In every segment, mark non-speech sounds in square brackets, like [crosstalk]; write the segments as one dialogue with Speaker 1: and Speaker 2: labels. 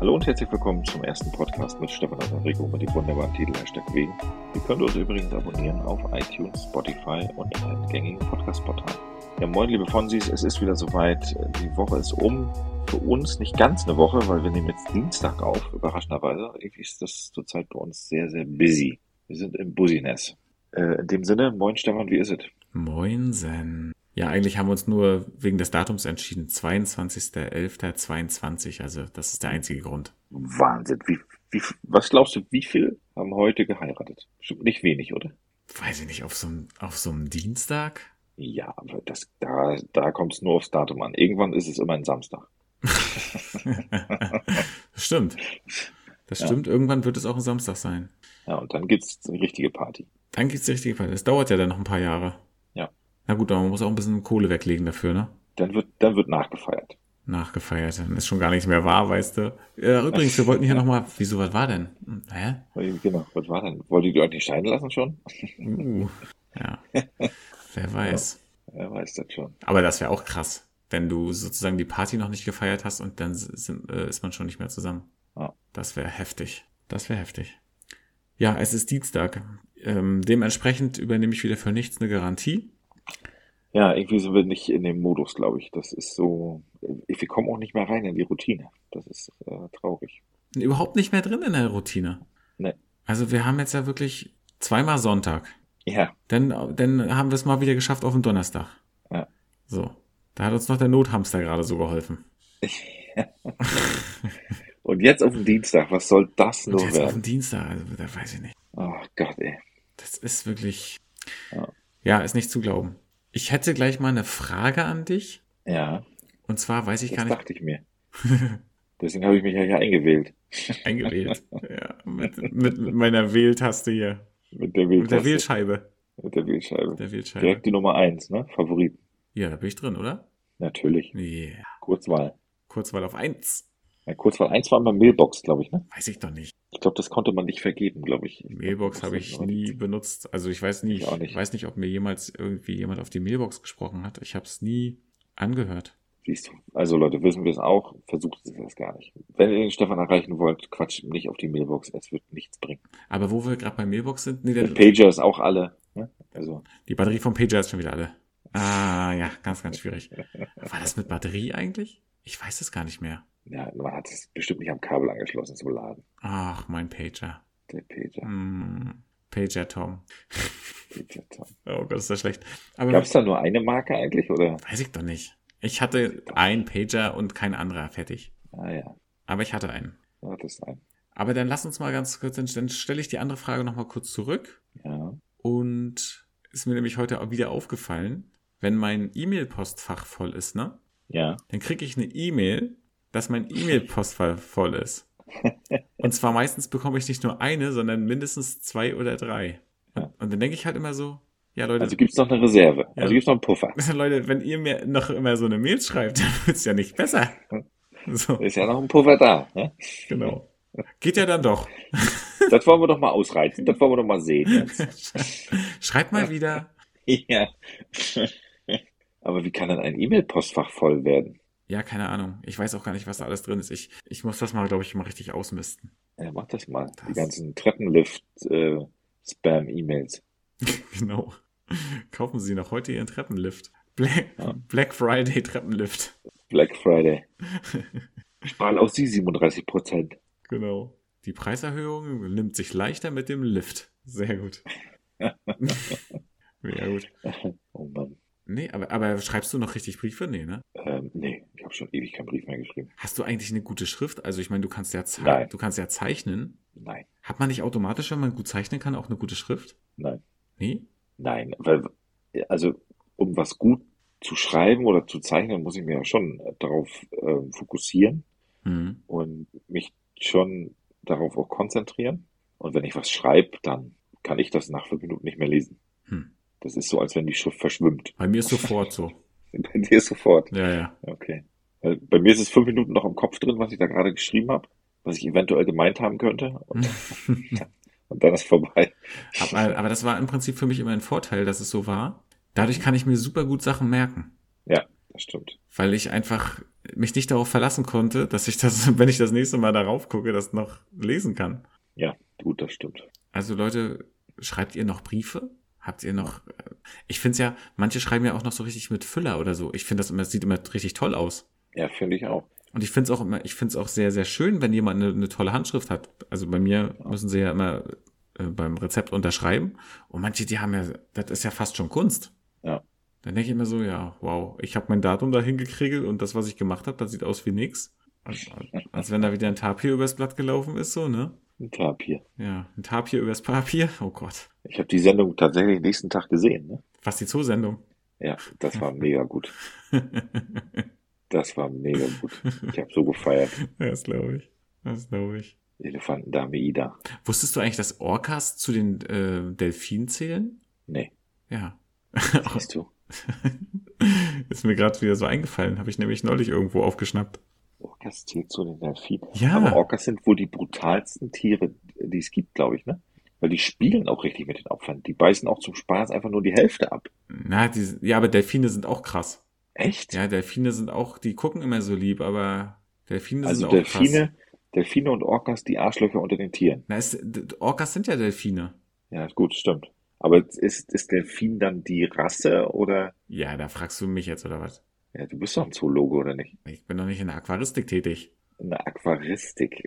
Speaker 1: Hallo und herzlich willkommen zum ersten Podcast mit Stefan und Enrico mit dem wunderbaren Titel Hashtag Wegen. Ihr könnt uns übrigens abonnieren auf iTunes, Spotify und allen gängigen Podcast-Portalen. Ja, moin, liebe Fonsis, es ist wieder soweit. Die Woche ist um. Für uns nicht ganz eine Woche, weil wir nehmen jetzt Dienstag auf, überraschenderweise. Irgendwie ist das zurzeit bei uns sehr, sehr busy. Wir sind im Business. Äh, in dem Sinne, moin Stefan, wie ist es?
Speaker 2: Moinsen. Ja, eigentlich haben wir uns nur wegen des Datums entschieden. 22.11.22. Also das ist der einzige Grund.
Speaker 1: Wahnsinn. Wie, wie, was glaubst du, wie viel haben heute geheiratet? Bestimmt nicht wenig, oder?
Speaker 2: Weiß ich nicht, auf so einem, auf so einem Dienstag? [laughs]
Speaker 1: Ja, aber das, da, da kommt es nur aufs Datum an. Irgendwann ist es immer ein Samstag.
Speaker 2: Das stimmt. Das
Speaker 1: Ja.
Speaker 2: stimmt. Irgendwann wird es auch ein Samstag sein.
Speaker 1: Ja, und dann gibt's eine richtige Party.
Speaker 2: Dann geht's richtig weiter. Das dauert ja dann noch ein paar Jahre.
Speaker 1: Ja.
Speaker 2: Na gut, aber man muss auch ein bisschen Kohle weglegen dafür, ne?
Speaker 1: Dann wird, dann wird nachgefeiert.
Speaker 2: Nachgefeiert. Dann ist schon gar nichts mehr wahr, weißt du. Ja, übrigens, wir wollten hier nochmal. Wieso, was war denn? Hm, Hä?
Speaker 1: Genau, was war denn? Wolltet ihr euch nicht scheiden lassen schon?
Speaker 2: Uh,
Speaker 1: [laughs]
Speaker 2: ja. Wer weiß.
Speaker 1: Wer weiß das schon.
Speaker 2: Aber das wäre auch krass, wenn du sozusagen die Party noch nicht gefeiert hast und dann s- sind, äh, ist man schon nicht mehr zusammen.
Speaker 1: Ja.
Speaker 2: Das wäre heftig. Das wäre heftig. Ja, es ist Dienstag. Ähm, dementsprechend übernehme ich wieder für nichts eine Garantie.
Speaker 1: Ja, irgendwie sind wir nicht in dem Modus, glaube ich. Das ist so, wir kommen auch nicht mehr rein in die Routine. Das ist äh, traurig.
Speaker 2: Bin Überhaupt nicht mehr drin in der Routine.
Speaker 1: Nee.
Speaker 2: Also wir haben jetzt ja wirklich zweimal Sonntag.
Speaker 1: Ja,
Speaker 2: Dann, dann haben wir es mal wieder geschafft auf den Donnerstag.
Speaker 1: Ja.
Speaker 2: So. Da hat uns noch der Nothamster gerade so geholfen.
Speaker 1: und jetzt auf den Dienstag, was soll das
Speaker 2: Und
Speaker 1: nur
Speaker 2: jetzt auf
Speaker 1: werden?
Speaker 2: den Dienstag, also da weiß ich nicht.
Speaker 1: Ach Gott, ey.
Speaker 2: Das ist wirklich.
Speaker 1: Ja.
Speaker 2: Ja. ist nicht zu glauben. Ich hätte gleich mal eine Frage an dich.
Speaker 1: Ja,
Speaker 2: Und zwar weiß ich
Speaker 1: das
Speaker 2: gar nicht
Speaker 1: dachte ich
Speaker 2: [laughs]
Speaker 1: mir. Deswegen habe ich mich ja hier eingewählt.
Speaker 2: eingewählt. ja, mit, mit meiner Wähltaste hier.
Speaker 1: Mit der
Speaker 2: Mit
Speaker 1: Wähltaste.
Speaker 2: der Wählscheibe.
Speaker 1: Mit der Wählscheibe.
Speaker 2: Mit der Wählscheibe.
Speaker 1: Direkt die Nummer eins, ne? Favoriten.
Speaker 2: Ja, da bin ich drin, oder?
Speaker 1: Natürlich.
Speaker 2: Yeah.
Speaker 1: Kurzwahl.
Speaker 2: Kurzwahl auf eins.
Speaker 1: Ja, Kurzwahl 1 war immer Mailbox, glaube ich, ne?
Speaker 2: Weiß ich doch nicht.
Speaker 1: Ich glaube, das konnte man nicht vergeben, glaube ich.
Speaker 2: Mailbox habe ich nie benutzt. Also ich weiß nie,
Speaker 1: Ich
Speaker 2: ich
Speaker 1: auch nicht.
Speaker 2: weiß nicht, ob mir jemals irgendwie jemand auf die Mailbox gesprochen hat. Ich habe es nie angehört.
Speaker 1: Siehst du. Also Leute, wissen wir es auch, versucht es erst gar nicht. Wenn ihr den Stefan erreichen wollt, quatscht ihm nicht auf die Mailbox, es wird nichts bringen.
Speaker 2: Aber wo wir gerade bei Mailbox sind, nee,
Speaker 1: Der
Speaker 2: der,
Speaker 1: Pager ist auch alle, ne? Also,
Speaker 2: Die Batterie vom Pager ist schon wieder alle. Ah, ja, ganz, ganz schwierig. War das mit Batterie eigentlich? Ich weiß es gar nicht mehr.
Speaker 1: ja, man hat es bestimmt nicht am Kabel angeschlossen zum Laden.
Speaker 2: Ach, mein Pager.
Speaker 1: Der Pager.
Speaker 2: Hm, Pager Tom.
Speaker 1: Pager Tom.
Speaker 2: Oh Gott, ist das schlecht. Aber
Speaker 1: Gab es da nur eine Marke eigentlich, oder?
Speaker 2: weiß ich doch nicht. Ich hatte einen Pager und kein anderer, fertig.
Speaker 1: Ah ja,
Speaker 2: Aber ich hatte einen.
Speaker 1: ja das ist ein.
Speaker 2: Aber dann lass uns mal ganz kurz, dann- dann stelle ich die andere Frage nochmal kurz zurück.
Speaker 1: Ja.
Speaker 2: Und ist mir nämlich heute auch wieder aufgefallen, wenn mein E-Mail-Postfach voll ist, ne?
Speaker 1: Ja.
Speaker 2: dann kriege ich eine E-Mail,
Speaker 1: [laughs]
Speaker 2: dass mein E-Mail-Postfach voll ist. Und zwar meistens bekomme ich nicht nur eine, sondern mindestens zwei oder drei. Und,
Speaker 1: Ja.
Speaker 2: und dann denke ich halt immer so, ja Leute,
Speaker 1: Also gibt's noch eine Reserve. Also
Speaker 2: Ja.
Speaker 1: gibt's noch einen Puffer.
Speaker 2: [laughs] Leute, wenn ihr mir noch immer so eine Mail schreibt, [laughs] dann wird's ja nicht besser. So,
Speaker 1: Ist ja noch ein Puffer da, ne?
Speaker 2: genau. Geht ja
Speaker 1: [laughs]
Speaker 2: dann doch.
Speaker 1: Das wollen wir doch mal ausreizen. Das wollen wir doch mal sehen
Speaker 2: [laughs]
Speaker 1: jetzt.
Speaker 2: Schreibt mal wieder.
Speaker 1: Ja. [laughs] Aber wie kann dann ein E-Mail-Postfach voll werden?
Speaker 2: Ja, keine Ahnung. Ich weiß auch gar nicht, was da alles drin ist. Ich, ich muss das mal, glaube ich, mal richtig ausmisten. [laughs]
Speaker 1: Ja, mach das mal. Die
Speaker 2: Das-
Speaker 1: ganzen äh, Treppenlift-Spam-E-Mails.
Speaker 2: Genau. Kaufen Sie noch heute Ihren Treppenlift. Black,
Speaker 1: Ja.
Speaker 2: Black Friday Treppenlift.
Speaker 1: Black Friday. Sparen auch Sie 37 Prozent.
Speaker 2: Genau. Die Preiserhöhung nimmt sich leichter mit dem Lift.
Speaker 1: [laughs]
Speaker 2: Sehr gut. Mega gut.
Speaker 1: Oh Mann.
Speaker 2: Nee, aber, aber schreibst du noch richtig Briefe? Nee, ne?
Speaker 1: Ähm, nee, ich habe schon ewig keinen Brief mehr geschrieben.
Speaker 2: Hast du eigentlich eine gute Schrift? Also ich meine, du kannst ja
Speaker 1: Nein.
Speaker 2: zeichnen. Du kannst ja zeichnen.
Speaker 1: Nein,
Speaker 2: Hat man nicht automatisch, wenn man gut zeichnen kann, auch eine gute Schrift?
Speaker 1: Nein.
Speaker 2: Nee?
Speaker 1: nein. Weil, also, um was gut zu schreiben oder zu zeichnen, muss ich mir ja schon äh, darauf ähm, fokussieren
Speaker 2: Hm.
Speaker 1: und mich schon darauf auch konzentrieren. Und wenn ich was schreibe, dann kann ich das nach fünf Minuten nicht mehr lesen.
Speaker 2: Hm.
Speaker 1: Das ist so, als wenn die Schrift verschwimmt.
Speaker 2: Bei mir ist sofort so.
Speaker 1: [laughs] Bei dir sofort.
Speaker 2: Ja, ja.
Speaker 1: Okay. Weil Bei mir ist es fünf Minuten noch im Kopf drin, was ich da gerade geschrieben habe, was ich eventuell gemeint haben könnte. [laughs] Und, und dann ist vorbei.
Speaker 2: Aber, aber das war im Prinzip für mich immer ein Vorteil, dass es so war. Dadurch kann ich mir super gut Sachen merken.
Speaker 1: Das stimmt.
Speaker 2: weil ich einfach mich nicht darauf verlassen konnte, dass ich das, [laughs] wenn ich das nächste Mal darauf gucke, das noch lesen kann.
Speaker 1: Ja, gut, das stimmt.
Speaker 2: Also Leute, schreibt ihr noch Briefe? Habt ihr noch? äh, Ich finde es ja, manche schreiben ja auch noch so richtig mit Füller oder so. Ich finde das immer, das sieht immer richtig toll aus.
Speaker 1: Ja, finde ich auch.
Speaker 2: Und ich finde es auch immer, ich finde es auch sehr, sehr schön, wenn jemand eine, eine tolle Handschrift hat. Also bei mir
Speaker 1: Ja.
Speaker 2: müssen sie ja immer äh, beim Rezept unterschreiben. Und manche, die haben ja, das ist ja fast schon Kunst.
Speaker 1: Ja.
Speaker 2: Dann denke ich immer so, ja, wow, ich habe mein Datum dahin gekriegelt und das, was ich gemacht habe, das sieht aus wie nix. Als, als wenn da wieder ein Tapir übers Blatt gelaufen ist, so, ne?
Speaker 1: Ein Tapir.
Speaker 2: Ja, ein Tapir übers Papier. Oh Gott.
Speaker 1: Ich habe die Sendung tatsächlich nächsten Tag gesehen. Ne?
Speaker 2: Was die Zusendung.
Speaker 1: Ja, das war mega gut. Das war mega gut. Ich habe so [laughs] gefeiert.
Speaker 2: [laughs] das glaube ich. Das glaube ich.
Speaker 1: Elefantendame Ida.
Speaker 2: Wusstest du eigentlich, dass Orcas zu den äh, Delfinen zählen?
Speaker 1: Nee,
Speaker 2: Ja. [laughs]
Speaker 1: siehst du.
Speaker 2: Ist mir gerade wieder so eingefallen. Habe ich nämlich neulich irgendwo aufgeschnappt.
Speaker 1: Orcas zählt zu den Delfinen.
Speaker 2: Ja.
Speaker 1: Aber Orcas sind wohl die brutalsten Tiere, die es gibt, glaube ich, ne? Weil die spielen auch richtig mit den Opfern. Die beißen auch zum Spaß einfach nur die Hälfte ab.
Speaker 2: Na, die, ja, aber Delfine sind auch krass.
Speaker 1: Echt?
Speaker 2: Ja, Delfine sind auch, die gucken immer so lieb, aber Delfine
Speaker 1: also
Speaker 2: sind auch krass.
Speaker 1: Delfine, Delfine und Orcas, die Arschlöcher unter den Tieren.
Speaker 2: Na, ist, d- Orcas sind ja Delfine.
Speaker 1: Ja, ist gut, stimmt. Aber ist, ist Delfin dann die Rasse oder?
Speaker 2: Ja, da fragst du mich jetzt, oder was?
Speaker 1: Ja, du bist doch ein Zoologe, oder nicht?
Speaker 2: Ich bin noch nicht in der Aquaristik tätig.
Speaker 1: Eine Aquaristik.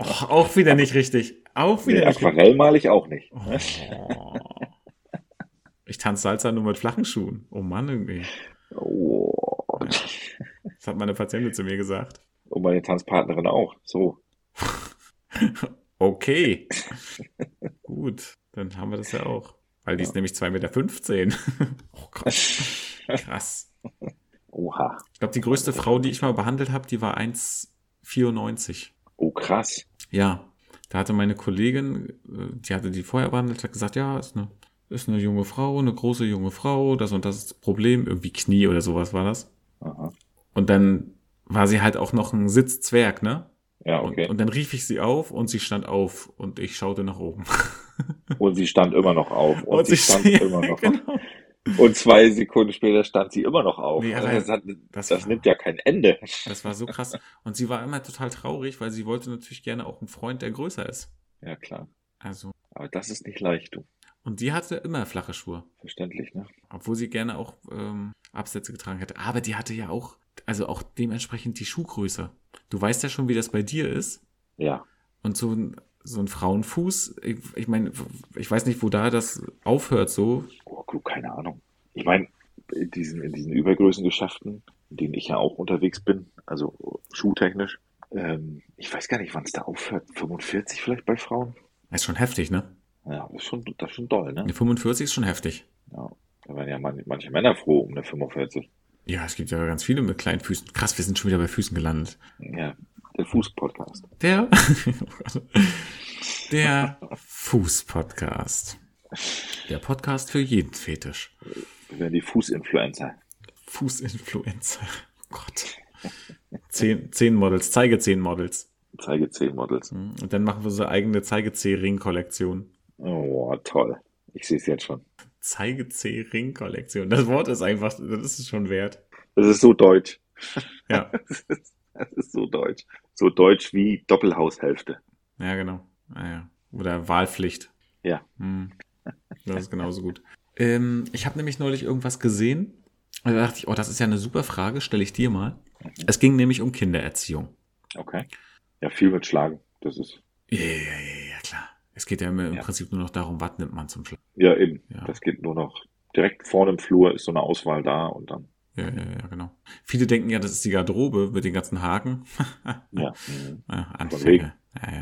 Speaker 2: Och, auch wieder nicht richtig. Auch wieder
Speaker 1: Nee,
Speaker 2: nicht richtig.
Speaker 1: Aquarell male ich auch nicht.
Speaker 2: Oh. Ich tanze Salsa nur mit flachen Schuhen. Oh Mann, irgendwie.
Speaker 1: Oh.
Speaker 2: Das hat meine Patientin zu mir gesagt.
Speaker 1: Und meine Tanzpartnerin auch. So.
Speaker 2: Okay. Gut, dann haben wir das ja auch. Weil die ist nämlich 2,15 Meter. [laughs] oh Gott, krass.
Speaker 1: Oha.
Speaker 2: Ich glaube, die größte Frau, die ich mal behandelt habe, die war 1,94.
Speaker 1: Oh, krass.
Speaker 2: Ja, da hatte meine Kollegin, äh, die hatte die vorher behandelt, hat gesagt, ja, ist eine, ist eine junge Frau, eine große junge Frau, das und das ist das Problem, irgendwie Knie oder sowas war das.
Speaker 1: Aha.
Speaker 2: Und dann war sie halt auch noch ein Sitzzwerg, ne?
Speaker 1: Ja, okay.
Speaker 2: Und, und dann rief ich sie auf und sie stand auf und ich schaute nach oben.
Speaker 1: Und sie stand immer noch auf. Und, sie stand
Speaker 2: ja, [laughs]
Speaker 1: immer noch auf.
Speaker 2: genau.
Speaker 1: Und zwei Sekunden später stand sie immer noch auf.
Speaker 2: Nee,
Speaker 1: Also
Speaker 2: aber
Speaker 1: das, hat,
Speaker 2: das
Speaker 1: das,
Speaker 2: war-
Speaker 1: nimmt ja kein Ende.
Speaker 2: Das war so krass. Und sie war immer total traurig, weil sie wollte natürlich gerne auch einen Freund, der größer ist.
Speaker 1: Ja, klar.
Speaker 2: Also,
Speaker 1: Aber das ist nicht leicht, du.
Speaker 2: und die hatte immer flache Schuhe,
Speaker 1: Verständlich, ne?
Speaker 2: obwohl sie gerne auch ähm, Absätze getragen hätte. Aber die hatte ja auch, also auch dementsprechend die Schuhgröße. Du weißt ja schon, wie das bei dir ist.
Speaker 1: Ja.
Speaker 2: Und so ein, so ein Frauenfuß, ich, ich meine, ich weiß nicht, wo da das aufhört so.
Speaker 1: Oh, du, keine Ahnung. Ich meine, in diesen, in diesen Übergrößengeschäften, in denen ich ja auch unterwegs bin, also schuhtechnisch, ähm, ich weiß gar nicht, wann es da aufhört. 45 vielleicht bei Frauen?
Speaker 2: Das ist schon heftig, ne?
Speaker 1: Ja, das ist schon, das ist schon doll, ne?
Speaker 2: Eine 45 ist schon heftig.
Speaker 1: Ja. Da wären ja man, manche Männer froh um eine 45.
Speaker 2: Ja, es gibt ja ganz viele mit kleinen Füßen. Krass, wir sind schon wieder bei Füßen gelandet.
Speaker 1: Ja, der Fuß-Podcast.
Speaker 2: Der, [laughs] der Fuß-Podcast. Der Podcast für jeden Fetisch.
Speaker 1: Wir wären die Fuß-Influencer.
Speaker 2: Fußinfluencer. Oh Gott. Zehn, zehn Models, zeige zehn Models.
Speaker 1: Zeige 10 Models.
Speaker 2: Hm, Und dann machen wir so eine eigene zeige c ring kollektion
Speaker 1: Oh, toll. Ich sehe es jetzt schon.
Speaker 2: zeige c ring kollektion Das Wort ist einfach, das ist es schon wert.
Speaker 1: Das ist so deutsch. [laughs]
Speaker 2: Ja,
Speaker 1: Das ist, das ist so deutsch. So deutsch wie Doppelhaushälfte.
Speaker 2: ja, genau. Ah, ja. Oder Wahlpflicht.
Speaker 1: Ja.
Speaker 2: Hm.
Speaker 1: [laughs]
Speaker 2: Das ist genauso gut. Ähm, ich habe nämlich neulich irgendwas gesehen. Und da dachte ich, oh, das ist ja eine super Frage, stelle ich dir mal. Es ging nämlich um Kindererziehung.
Speaker 1: Okay. Ja, viel mit Schlagen. Das ist.
Speaker 2: Ja, ja, ja, ja, ja, klar. Es geht ja im, im
Speaker 1: Ja.
Speaker 2: Prinzip nur noch darum, was nimmt man zum Schlag.
Speaker 1: Ja, eben.
Speaker 2: Ja.
Speaker 1: Das geht nur noch. Direkt vorne im Flur ist so eine Auswahl da und dann.
Speaker 2: Ja, ja, ja, genau. Viele denken ja, das ist die Garderobe mit den ganzen Haken.
Speaker 1: Ja. Mhm.
Speaker 2: Ah,
Speaker 1: wegen.
Speaker 2: Anfänger. Ja,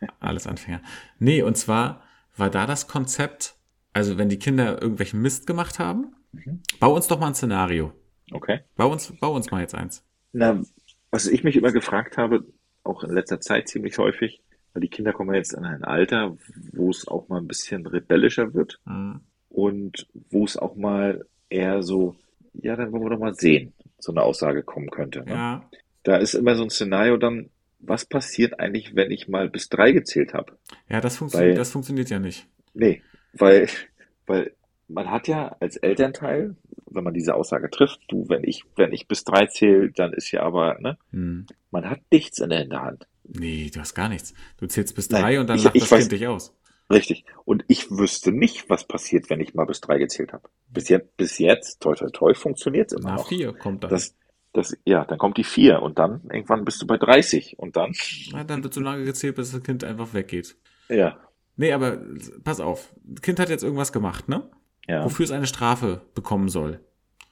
Speaker 2: ja. Alles Anfänger. Nee, und zwar war da das Konzept, also wenn die Kinder irgendwelchen Mist gemacht haben,
Speaker 1: Mhm.
Speaker 2: bau uns doch mal ein Szenario.
Speaker 1: Okay.
Speaker 2: Bau uns, bau uns mal jetzt eins.
Speaker 1: Na, was ich mich immer gefragt habe, auch in letzter Zeit ziemlich häufig, weil die Kinder kommen ja jetzt in ein Alter, wo es auch mal ein bisschen rebellischer wird.
Speaker 2: Mhm.
Speaker 1: und wo es auch mal eher so, ja, dann wollen wir doch mal sehen, so eine Aussage kommen könnte. Ne?
Speaker 2: Ja,
Speaker 1: Da ist immer so ein Szenario dann, was passiert eigentlich, wenn ich mal bis drei gezählt habe?
Speaker 2: ja, das funktioniert,
Speaker 1: Weil-
Speaker 2: das funktioniert ja nicht.
Speaker 1: Nee, weil, weil man hat ja als Elternteil, wenn man diese Aussage trifft, du, wenn ich, wenn ich bis drei zähle, dann ist ja aber, ne?
Speaker 2: Hm.
Speaker 1: Man hat nichts in der Hinterhand.
Speaker 2: Nee, du hast gar nichts. Du zählst bis
Speaker 1: Nein,
Speaker 2: drei und dann
Speaker 1: ich-
Speaker 2: lacht
Speaker 1: ich
Speaker 2: das
Speaker 1: weiß-
Speaker 2: Kind dich aus.
Speaker 1: Richtig. Und ich wüsste nicht, was passiert, wenn ich mal bis drei gezählt habe. Bis jetzt, bis jetzt, toi toi toi, funktioniert's immer
Speaker 2: Na,
Speaker 1: noch.
Speaker 2: vier kommt dann.
Speaker 1: Das, das, ja, dann kommt die vier und dann irgendwann bist du bei 30 und dann,
Speaker 2: Na, dann wird so lange gezählt, bis das Kind einfach weggeht.
Speaker 1: ja,
Speaker 2: Nee, aber pass auf. Das Kind hat jetzt irgendwas gemacht, ne?
Speaker 1: ja,
Speaker 2: Wofür es eine Strafe bekommen soll.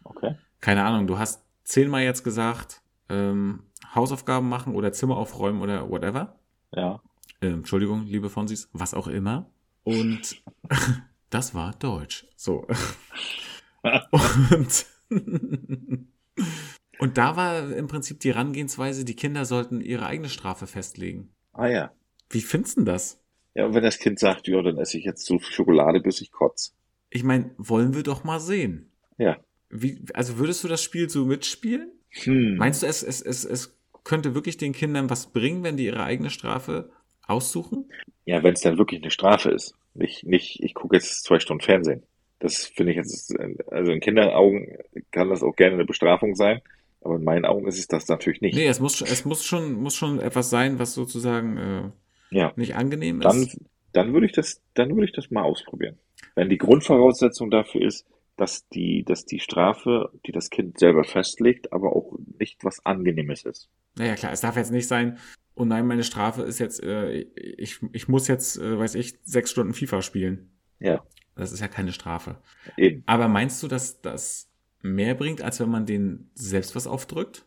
Speaker 1: okay.
Speaker 2: Keine Ahnung, du hast zehnmal jetzt gesagt, ähm, Hausaufgaben machen oder Zimmer aufräumen oder whatever.
Speaker 1: Ja,
Speaker 2: Ähm, Entschuldigung, liebe Fonsis, was auch immer. Und [laughs] das war Deutsch. So. Und, [laughs] und da war im Prinzip die Herangehensweise, die Kinder sollten ihre eigene Strafe festlegen.
Speaker 1: ah ja.
Speaker 2: Wie findest du denn das?
Speaker 1: Ja, und wenn das Kind sagt, ja, dann esse ich jetzt so viel Schokolade, bis ich kotze.
Speaker 2: Ich meine, wollen wir doch mal sehen.
Speaker 1: Ja.
Speaker 2: Wie, also würdest du das Spiel so mitspielen?
Speaker 1: Hm.
Speaker 2: Meinst du, es, es, es, es könnte wirklich den Kindern was bringen, wenn die ihre eigene Strafe aussuchen?
Speaker 1: Ja, wenn es dann wirklich eine Strafe ist. Nicht, nicht, ich gucke jetzt zwei Stunden Fernsehen. Das finde ich jetzt, also in Kinderaugen kann das auch gerne eine Bestrafung sein, aber in meinen Augen ist es das natürlich nicht.
Speaker 2: Nee, es muss, schon- es muss schon, muss schon etwas sein, was sozusagen äh,
Speaker 1: Ja,
Speaker 2: nicht angenehm
Speaker 1: dann,
Speaker 2: ist.
Speaker 1: dann würde ich das, dann würde ich das mal ausprobieren. Wenn die Grundvoraussetzung dafür ist, dass die, dass die Strafe, die das Kind selber festlegt, aber auch nicht was Angenehmes ist.
Speaker 2: Naja, klar, es darf jetzt nicht sein, oh nein, meine Strafe ist jetzt, äh, ich, ich muss jetzt, äh, weiß ich, sechs Stunden FIFA spielen.
Speaker 1: Ja.
Speaker 2: Das ist ja keine Strafe.
Speaker 1: Eben.
Speaker 2: Aber meinst du, dass das mehr bringt, als wenn man denen selbst was aufdrückt?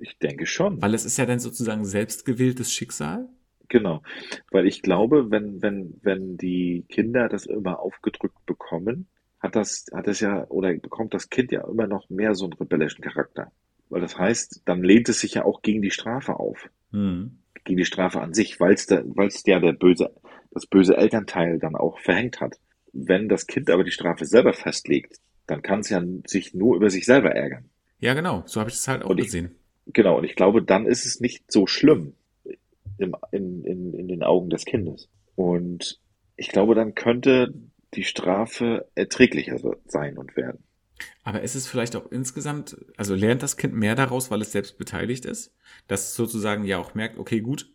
Speaker 1: Ich denke schon.
Speaker 2: Weil es ist ja dann sozusagen selbstgewähltes Schicksal.
Speaker 1: Genau, weil ich glaube, wenn, wenn, wenn die Kinder das immer aufgedrückt bekommen, hat das, hat das ja, oder bekommt das Kind ja immer noch mehr so einen rebellischen Charakter. Weil das heißt, dann lehnt es sich ja auch gegen die Strafe auf,
Speaker 2: Hm.
Speaker 1: gegen die Strafe an sich, weil es da, weil es ja der böse, das böse Elternteil dann auch verhängt hat. Wenn das Kind aber die Strafe selber festlegt, dann kann es ja sich nur über sich selber ärgern.
Speaker 2: Ja, genau, so habe ich das halt auch
Speaker 1: Und ich-
Speaker 2: gesehen.
Speaker 1: Genau, und ich glaube, dann ist es nicht so schlimm im, in, in, in den Augen des Kindes. Und ich glaube, dann könnte die Strafe erträglicher so- sein und werden.
Speaker 2: Aber ist es vielleicht auch insgesamt, also lernt das Kind mehr daraus, weil es selbst beteiligt ist? Dass es sozusagen ja auch merkt, okay, gut,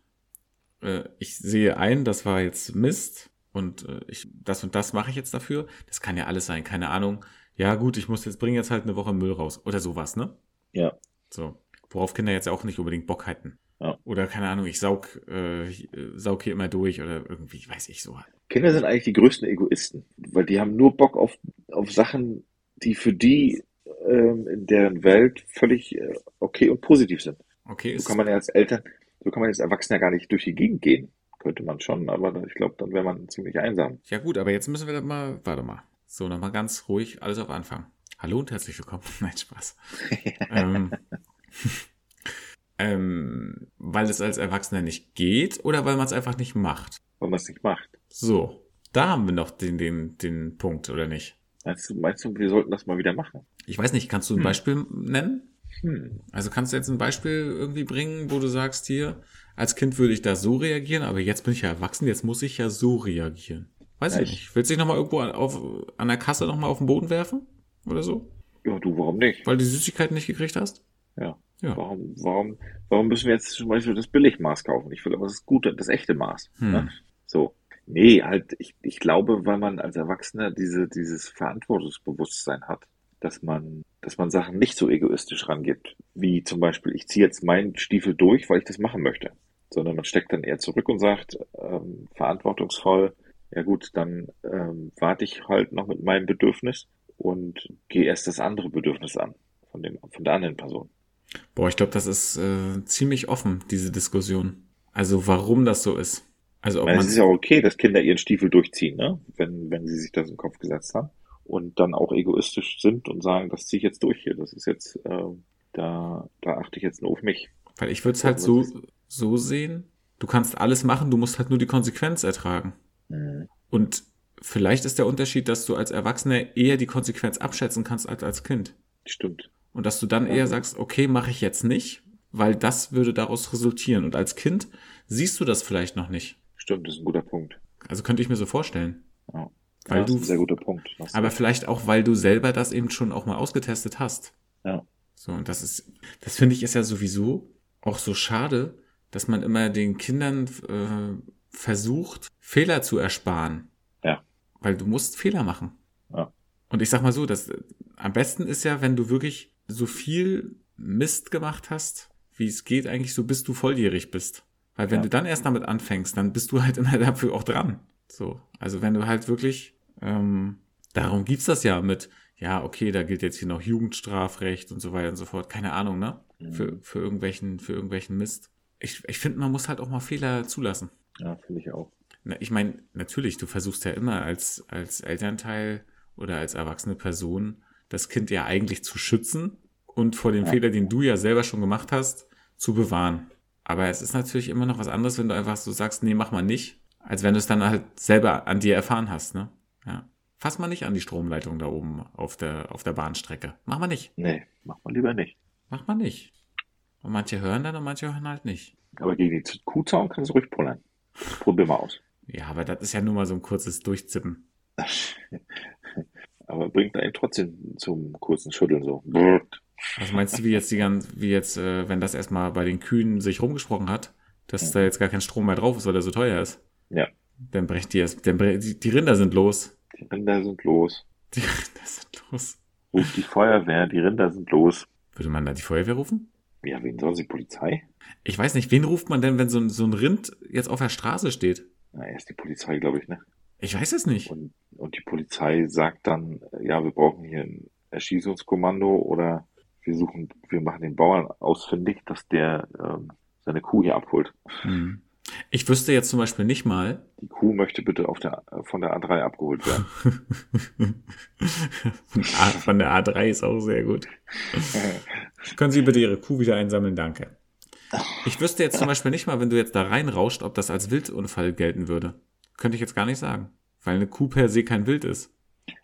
Speaker 2: äh, ich sehe ein, das war jetzt Mist und äh, ich, das und das mache ich jetzt dafür. Das kann ja alles sein, keine Ahnung. Ja, gut, ich muss jetzt, bringe jetzt halt eine Woche Müll raus oder sowas, ne?
Speaker 1: Ja.
Speaker 2: So. Worauf Kinder jetzt auch nicht unbedingt Bock hätten.
Speaker 1: Ja.
Speaker 2: Oder keine Ahnung, ich saug, äh, ich, äh, saug hier immer durch oder irgendwie, weiß ich so. halt.
Speaker 1: Kinder sind eigentlich die größten Egoisten, weil die haben nur Bock auf, auf Sachen, die für die ähm, in deren Welt völlig äh, okay und positiv sind.
Speaker 2: Okay,
Speaker 1: So
Speaker 2: ist,
Speaker 1: kann man ja als Eltern, so kann man als Erwachsener gar nicht durch die Gegend gehen. Könnte man schon, aber ich glaube, dann wäre man ziemlich einsam.
Speaker 2: Ja gut, aber jetzt müssen wir das mal, warte mal. So, nochmal ganz ruhig, alles auf Anfang. Hallo und herzlich willkommen. [laughs] Nein, Spaß. ähm, [laughs] ähm, weil es als Erwachsener nicht geht oder weil man es einfach nicht macht.
Speaker 1: Wenn man es nicht macht.
Speaker 2: So, da haben wir noch den, den, den Punkt, oder nicht?
Speaker 1: Meinst du, meinst du, wir sollten das mal wieder machen?
Speaker 2: Ich weiß nicht, kannst du ein
Speaker 1: Hm.
Speaker 2: Beispiel nennen?
Speaker 1: Hm.
Speaker 2: Also kannst du jetzt ein Beispiel irgendwie bringen, wo du sagst, hier, als Kind würde ich da so reagieren, aber jetzt bin ich ja erwachsen, jetzt muss ich ja so reagieren. Weiß
Speaker 1: Ja,
Speaker 2: ich
Speaker 1: ich-
Speaker 2: nicht. Willst du dich nochmal irgendwo an, auf, an der Kasse nochmal auf den Boden werfen? Oder so?
Speaker 1: Ja, du, warum nicht?
Speaker 2: Weil du die Süßigkeiten nicht gekriegt hast?
Speaker 1: Ja.
Speaker 2: Ja.
Speaker 1: Warum, warum, warum müssen wir jetzt zum Beispiel das Billigmaß kaufen? Ich will aber das gute, das echte Maß.
Speaker 2: Hm.
Speaker 1: Ne? So. Nee, halt, ich, ich glaube, weil man als Erwachsener diese, dieses Verantwortungsbewusstsein hat, dass man, dass man Sachen nicht so egoistisch rangeht, wie zum Beispiel, ich ziehe jetzt meinen Stiefel durch, weil ich das machen möchte. Sondern man steckt dann eher zurück und sagt, ähm, verantwortungsvoll, ja gut, dann ähm, warte ich halt noch mit meinem Bedürfnis und gehe erst das andere Bedürfnis an, von dem, von der anderen Person.
Speaker 2: Boah, ich glaube, das ist äh, ziemlich offen, diese Diskussion. Also warum das so ist. Also ob
Speaker 1: Ich meine,
Speaker 2: man.
Speaker 1: es ist ja auch okay, dass Kinder ihren Stiefel durchziehen, ne? wenn, wenn sie sich das in den Kopf gesetzt haben und dann auch egoistisch sind und sagen, das ziehe ich jetzt durch hier, das ist jetzt, ähm, da, da achte ich jetzt nur auf mich.
Speaker 2: weil ich würde es halt
Speaker 1: Warum
Speaker 2: so,
Speaker 1: das
Speaker 2: so sehen. Du kannst alles machen, du musst halt nur die Konsequenz ertragen. Mhm. Und vielleicht ist der Unterschied, dass du als Erwachsener eher die Konsequenz abschätzen kannst als als Kind.
Speaker 1: Stimmt.
Speaker 2: Und dass du dann
Speaker 1: Ja.
Speaker 2: eher sagst, okay, mache ich jetzt nicht, weil das würde daraus resultieren. Und als Kind siehst du das vielleicht noch nicht.
Speaker 1: Stimmt, das ist ein guter Punkt.
Speaker 2: Also könnte ich mir so vorstellen.
Speaker 1: Ja.
Speaker 2: Weil
Speaker 1: ja, das
Speaker 2: du-
Speaker 1: ist ein sehr guter Punkt. Das-
Speaker 2: Aber vielleicht auch, weil du selber das eben schon auch mal ausgetestet hast.
Speaker 1: Ja.
Speaker 2: So, und das ist, das finde ich ist ja sowieso auch so schade, dass man immer den Kindern äh, versucht, Fehler zu ersparen.
Speaker 1: Ja.
Speaker 2: Weil du musst Fehler machen.
Speaker 1: Ja.
Speaker 2: Und ich sag mal so, das äh, am besten ist ja, wenn du wirklich so viel Mist gemacht hast, wie es geht, eigentlich so bis du volljährig bist. Weil wenn
Speaker 1: Ja.
Speaker 2: du dann erst damit anfängst, dann bist du halt [laughs] immer dafür auch dran. So. Also wenn du halt wirklich, ähm, darum gibt's das ja mit, ja, okay, da gilt jetzt hier noch Jugendstrafrecht und so weiter und so fort. Keine Ahnung, ne?
Speaker 1: Mhm.
Speaker 2: Für, für irgendwelchen, für irgendwelchen Mist. Ich, ich finde, man muss halt auch mal Fehler zulassen.
Speaker 1: ja, finde ich auch.
Speaker 2: Na, ich meine, natürlich, du versuchst ja immer als, als Elternteil oder als erwachsene Person das Kind ja eigentlich zu schützen und vor dem
Speaker 1: Ja.
Speaker 2: Fehler, den du ja selber schon gemacht hast, zu bewahren. Aber es ist natürlich immer noch was anderes, wenn du einfach so sagst, nee, mach mal nicht, als wenn du es dann halt selber an dir erfahren hast, ne? Ja. Fass mal nicht an die Stromleitung da oben auf der, auf der Bahnstrecke. Mach mal nicht.
Speaker 1: Nee, macht man lieber nicht.
Speaker 2: Mach mal nicht. Und manche hören dann und manche hören halt nicht.
Speaker 1: Aber gegen den Kuhzaun kannst du ruhig pullern. Das probier mal aus. [laughs]
Speaker 2: Ja, aber das ist ja nur mal so ein kurzes Durchzippen.
Speaker 1: Aber bringt einen trotzdem zum kurzen Schütteln so. Brrrt.
Speaker 2: Was meinst du, wie jetzt die ganz, wie jetzt, äh, wenn das erstmal bei den Kühen sich rumgesprochen hat, dass da jetzt gar kein Strom mehr drauf ist, weil der so teuer ist?
Speaker 1: Ja.
Speaker 2: Dann brechen die erst, dann bre die, die Rinder sind los.
Speaker 1: Die Rinder sind los.
Speaker 2: Die [laughs] Rinder sind los.
Speaker 1: Ruft die Feuerwehr, die Rinder sind los.
Speaker 2: Würde man da die Feuerwehr rufen?
Speaker 1: Ja, wen soll sie? Polizei?
Speaker 2: Ich weiß nicht, wen ruft man denn, wenn so ein, so ein Rind jetzt auf der Straße steht?
Speaker 1: Na, erst die Polizei, glaube ich, ne?
Speaker 2: Ich weiß es nicht.
Speaker 1: Und, und die Polizei sagt dann, ja, wir brauchen hier ein Erschießungskommando oder wir suchen, wir machen den Bauern ausfindig, dass der ähm, seine Kuh hier abholt.
Speaker 2: Hm. Ich wüsste jetzt zum Beispiel nicht mal,
Speaker 1: Die Kuh möchte bitte auf der, von der A3 abgeholt werden.
Speaker 2: [laughs] Ah, von der A3 ist auch sehr gut. Können Sie bitte Ihre Kuh wieder einsammeln, danke. Ich wüsste jetzt zum Beispiel nicht mal, wenn du jetzt da reinrauscht, ob das als Wildunfall gelten würde. Könnte ich jetzt gar nicht sagen. Weil eine Kuh per se kein Wild ist.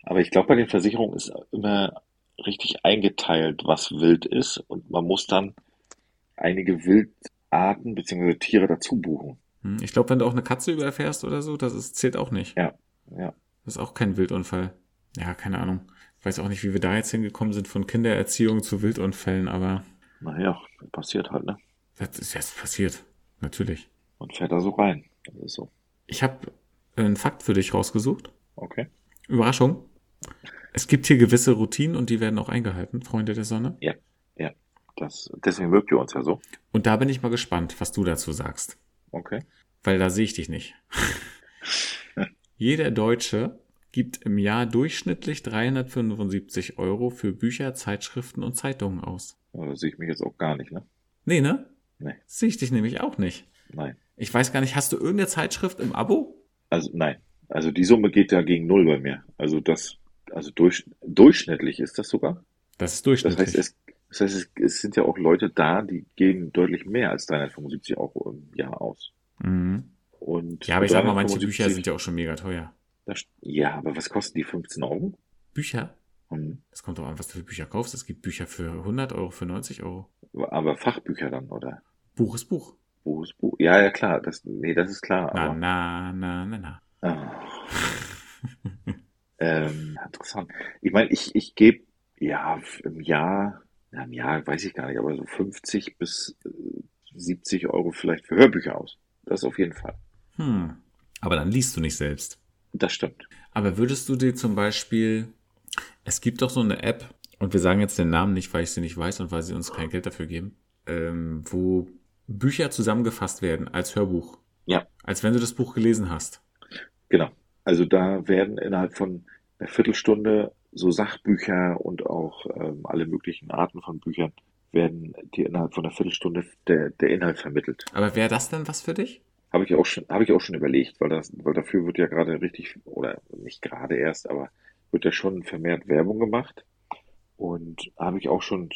Speaker 1: Aber ich glaube, bei den Versicherungen ist immer richtig eingeteilt, was wild ist. Und man muss dann einige Wildarten bzw. Tiere dazu buchen.
Speaker 2: Hm, Ich glaube, wenn du auch eine Katze überfährst oder so, das ist, zählt auch nicht.
Speaker 1: Ja, ja.
Speaker 2: Das ist auch kein Wildunfall. Ja, keine Ahnung. Ich weiß auch nicht, wie wir da jetzt hingekommen sind von Kindererziehung zu Wildunfällen, aber
Speaker 1: Naja, passiert halt, ne?
Speaker 2: das ist jetzt passiert. Natürlich.
Speaker 1: Man fährt da so rein. Also, Das ist so.
Speaker 2: Ich habe einen Fakt für dich rausgesucht.
Speaker 1: Okay.
Speaker 2: Überraschung. Es gibt hier gewisse Routinen und die werden auch eingehalten, Freunde der Sonne.
Speaker 1: Das, deswegen mögt ihr uns ja so.
Speaker 2: Und da bin ich mal gespannt, was du dazu sagst,
Speaker 1: Okay.
Speaker 2: weil da sehe ich
Speaker 1: [laughs]
Speaker 2: dich nicht. Jeder Deutsche gibt im Jahr durchschnittlich 375 Euro für Bücher, Zeitschriften und Zeitungen aus.
Speaker 1: Ja, da sehe ich mich jetzt auch gar nicht, ne?
Speaker 2: Nee, ne?
Speaker 1: Nee.
Speaker 2: Sehe ich dich nämlich auch nicht.
Speaker 1: Nein.
Speaker 2: Ich weiß gar nicht, hast du irgendeine Zeitschrift im Abo?
Speaker 1: Also, nein. Also, die Summe geht ja gegen Null bei mir. Also, das, also durch, durchschnittlich ist das sogar.
Speaker 2: Das ist
Speaker 1: Das
Speaker 2: durchschnittlich.
Speaker 1: heißt, es, das heißt, es, es sind ja auch Leute da, die geben deutlich mehr als 375 Euro im Jahr aus.
Speaker 2: mhm.
Speaker 1: Und
Speaker 2: Ja, aber ich sag mal, manche
Speaker 1: 375
Speaker 2: Bücher sind ja auch schon mega teuer.
Speaker 1: das- Ja, aber was kosten die 15 Euro?
Speaker 2: Bücher?
Speaker 1: Hm.
Speaker 2: Es kommt drauf an, was du für Bücher kaufst. Es gibt Bücher für 100 Euro, für 90 Euro.
Speaker 1: Aber Fachbücher dann, oder?
Speaker 2: Buch ist Buch.
Speaker 1: Buch ist Buch. Ja, ja, klar. Das, nee, das ist klar.
Speaker 2: Na,
Speaker 1: Aber,
Speaker 2: na, na, na, na.
Speaker 1: Ah. [laughs] ähm, interessant. Ich meine, ich, ich gebe ja f- im Jahr, na, im Jahr weiß ich gar nicht, aber so 50 bis äh, 70 Euro vielleicht für Hörbücher aus. Das auf jeden Fall.
Speaker 2: Hm. Aber dann liest du nicht selbst.
Speaker 1: Das stimmt.
Speaker 2: Aber würdest du dir zum Beispiel, es gibt doch so eine App, und wir sagen jetzt den Namen nicht, weil ich sie nicht weiß und weil sie uns kein Geld dafür geben, ähm, wo Bücher zusammengefasst werden als Hörbuch.
Speaker 1: Ja.
Speaker 2: Als wenn du das Buch gelesen hast.
Speaker 1: Genau. Also da werden innerhalb von einer Viertelstunde so Sachbücher und auch ähm, alle möglichen Arten von Büchern werden dir innerhalb von einer Viertelstunde der, der Inhalt vermittelt.
Speaker 2: Aber wäre das denn was für dich?
Speaker 1: Habe ich auch schon, habe ich auch schon überlegt, weil das, weil dafür wird ja gerade richtig, oder nicht gerade erst, aber wird ja schon vermehrt Werbung gemacht. Und habe ich auch schon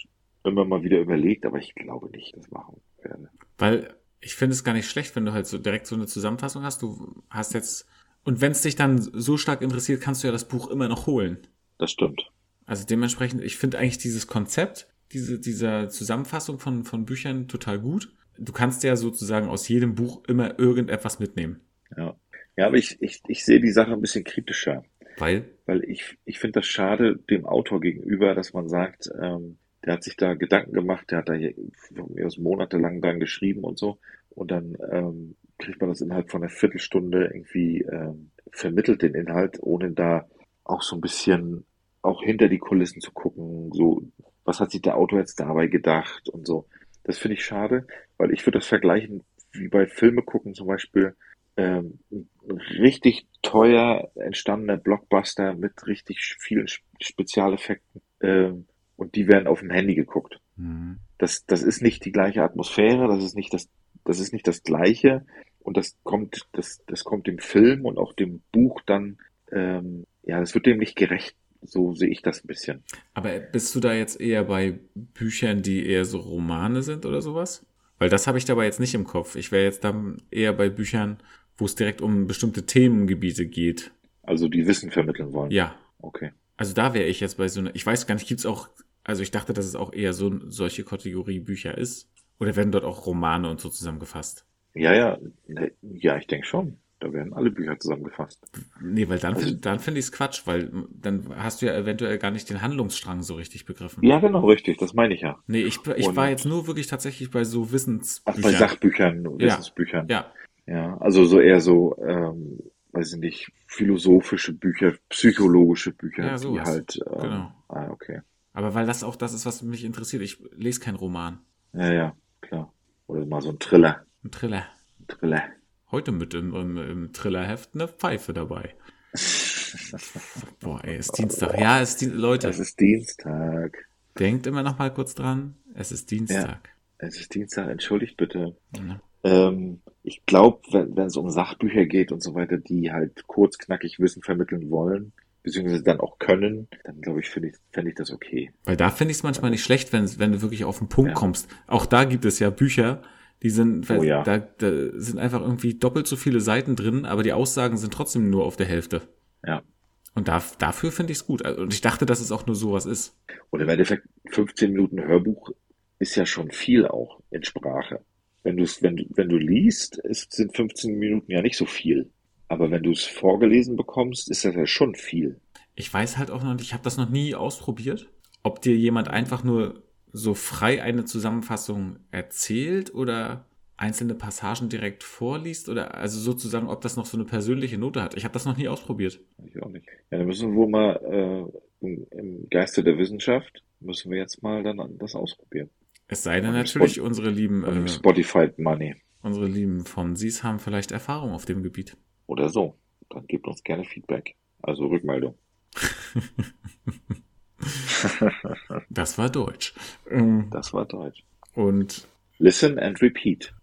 Speaker 1: immer mal wieder überlegt, aber ich glaube nicht, dass ich das machen werde.
Speaker 2: Weil ich finde es gar nicht schlecht, wenn du halt so direkt so eine Zusammenfassung hast. Du hast jetzt, und wenn es dich dann so stark interessiert, kannst du ja das Buch immer noch holen.
Speaker 1: Das stimmt.
Speaker 2: Also dementsprechend, ich finde eigentlich dieses Konzept, diese, dieser Zusammenfassung von, von Büchern total gut. Du kannst ja sozusagen aus jedem Buch immer irgendetwas mitnehmen.
Speaker 1: Ja, aber ich, ich, ich sehe die Sache ein bisschen kritischer.
Speaker 2: Weil?
Speaker 1: Weil ich, ich finde das schade dem Autor gegenüber, dass man sagt, ähm, der hat sich da Gedanken gemacht, der hat da hier von mir aus monatelang dran geschrieben und so. Und dann ähm, kriegt man das innerhalb von einer Viertelstunde irgendwie ähm, vermittelt, den Inhalt, ohne da auch so ein bisschen auch hinter die Kulissen zu gucken, so was hat sich der Autor jetzt dabei gedacht und so. Das finde ich schade, weil ich würde das vergleichen wie bei Filme gucken zum Beispiel. Ähm, ein richtig teuer entstandener Blockbuster mit richtig vielen Sp- Spezialeffekten ähm, und die werden auf dem Handy geguckt.
Speaker 2: Mhm.
Speaker 1: Das, das ist nicht die gleiche Atmosphäre, das ist nicht das, das ist nicht das Gleiche und das kommt, das, das kommt dem Film und auch dem Buch dann, ähm, ja, das wird dem nicht gerecht. So sehe ich das ein bisschen.
Speaker 2: Aber bist du da jetzt eher bei Büchern, die eher so Romane sind oder sowas? Weil das habe ich dabei jetzt nicht im Kopf. Ich wäre jetzt dann eher bei Büchern, wo es direkt um bestimmte Themengebiete geht.
Speaker 1: Also die Wissen vermitteln wollen.
Speaker 2: Ja,
Speaker 1: Okay.
Speaker 2: also da wäre ich jetzt bei so einer. Ich weiß gar nicht, gibt's auch. Also ich dachte, dass es auch eher so solche Kategorie Bücher ist. Oder werden dort auch Romane und so zusammengefasst?
Speaker 1: Ja, ja, ne, ja, ich denke schon. Da werden alle Bücher zusammengefasst.
Speaker 2: Nee, weil dann,
Speaker 1: Also-
Speaker 2: find- dann finde ich es Quatsch, weil dann hast du ja eventuell gar nicht den Handlungsstrang so richtig begriffen.
Speaker 1: Ja, genau, richtig, das meine ich ja.
Speaker 2: Nee, ich, ich
Speaker 1: Und-
Speaker 2: war jetzt nur wirklich tatsächlich bei so
Speaker 1: Ach,
Speaker 2: Wissensbüchern.
Speaker 1: bei Sachbüchern, Wissensbüchern.
Speaker 2: ja,
Speaker 1: Ja, also so eher so, ähm, weiß ich nicht, philosophische Bücher, psychologische Bücher,
Speaker 2: Ja,
Speaker 1: die
Speaker 2: sowas.
Speaker 1: halt. Ähm,
Speaker 2: Genau.
Speaker 1: Ah, okay.
Speaker 2: aber weil das auch das ist, was mich interessiert. Ich lese keinen Roman.
Speaker 1: Ja, ja, klar. Oder mal so ein Thriller.
Speaker 2: Ein Thriller.
Speaker 1: Ein Thriller.
Speaker 2: Heute mit im, im, im Thrillerheft eine Pfeife
Speaker 1: [laughs]
Speaker 2: dabei. Boah, ey, ist Dienstag. Ja, ist Dienstag. Leute,
Speaker 1: Es ist Dienstag.
Speaker 2: denkt immer noch mal kurz dran. Es ist Dienstag. ne?
Speaker 1: Es ist Dienstag, entschuldigt bitte.
Speaker 2: Ja.
Speaker 1: Ähm, ich glaube, wenn, wenn es um Sachbücher geht und so weiter, die halt kurz, knackig Wissen vermitteln wollen, beziehungsweise dann auch können, dann glaube ich, finde ich, fände ich das okay.
Speaker 2: Weil da finde ich es manchmal nicht schlecht, wenn, wenn du wirklich auf den Punkt
Speaker 1: Ja.
Speaker 2: kommst. Auch da gibt es ja Bücher, die sind,
Speaker 1: Oh ja.
Speaker 2: da, da sind einfach irgendwie doppelt so viele Seiten drin, aber die Aussagen sind trotzdem nur auf der Hälfte.
Speaker 1: Ja.
Speaker 2: Und da, dafür finde ich es gut. Also, Und ich dachte, dass es auch nur sowas ist.
Speaker 1: Und im Endeffekt 15 Minuten Hörbuch ist ja schon viel auch in Sprache. Wenn, du's, wenn, du- wenn du liest, ist, sind 15 Minuten ja nicht so viel. Aber wenn du es vorgelesen bekommst, ist das ja schon viel.
Speaker 2: Ich weiß halt auch noch nicht, ich habe das noch nie ausprobiert, ob dir jemand einfach nur so frei eine Zusammenfassung erzählt oder einzelne Passagen direkt vorliest oder also sozusagen, ob das noch so eine persönliche Note hat. Ich habe das noch nie ausprobiert.
Speaker 1: Ich auch nicht. Ja, dann müssen wir wohl mal äh, im, im Geiste der Wissenschaft, müssen wir jetzt mal dann das ausprobieren.
Speaker 2: Es sei denn
Speaker 1: Und im
Speaker 2: natürlich,
Speaker 1: Spot-
Speaker 2: unsere lieben,
Speaker 1: Von dem
Speaker 2: äh,
Speaker 1: Spotify Money
Speaker 2: unsere lieben Fonsis haben vielleicht Erfahrung auf dem Gebiet.
Speaker 1: oder so. Dann gebt uns gerne Feedback, also Rückmeldung.
Speaker 2: Das war Deutsch. Ähm,
Speaker 1: Das war Deutsch.
Speaker 2: Und
Speaker 1: Listen and repeat.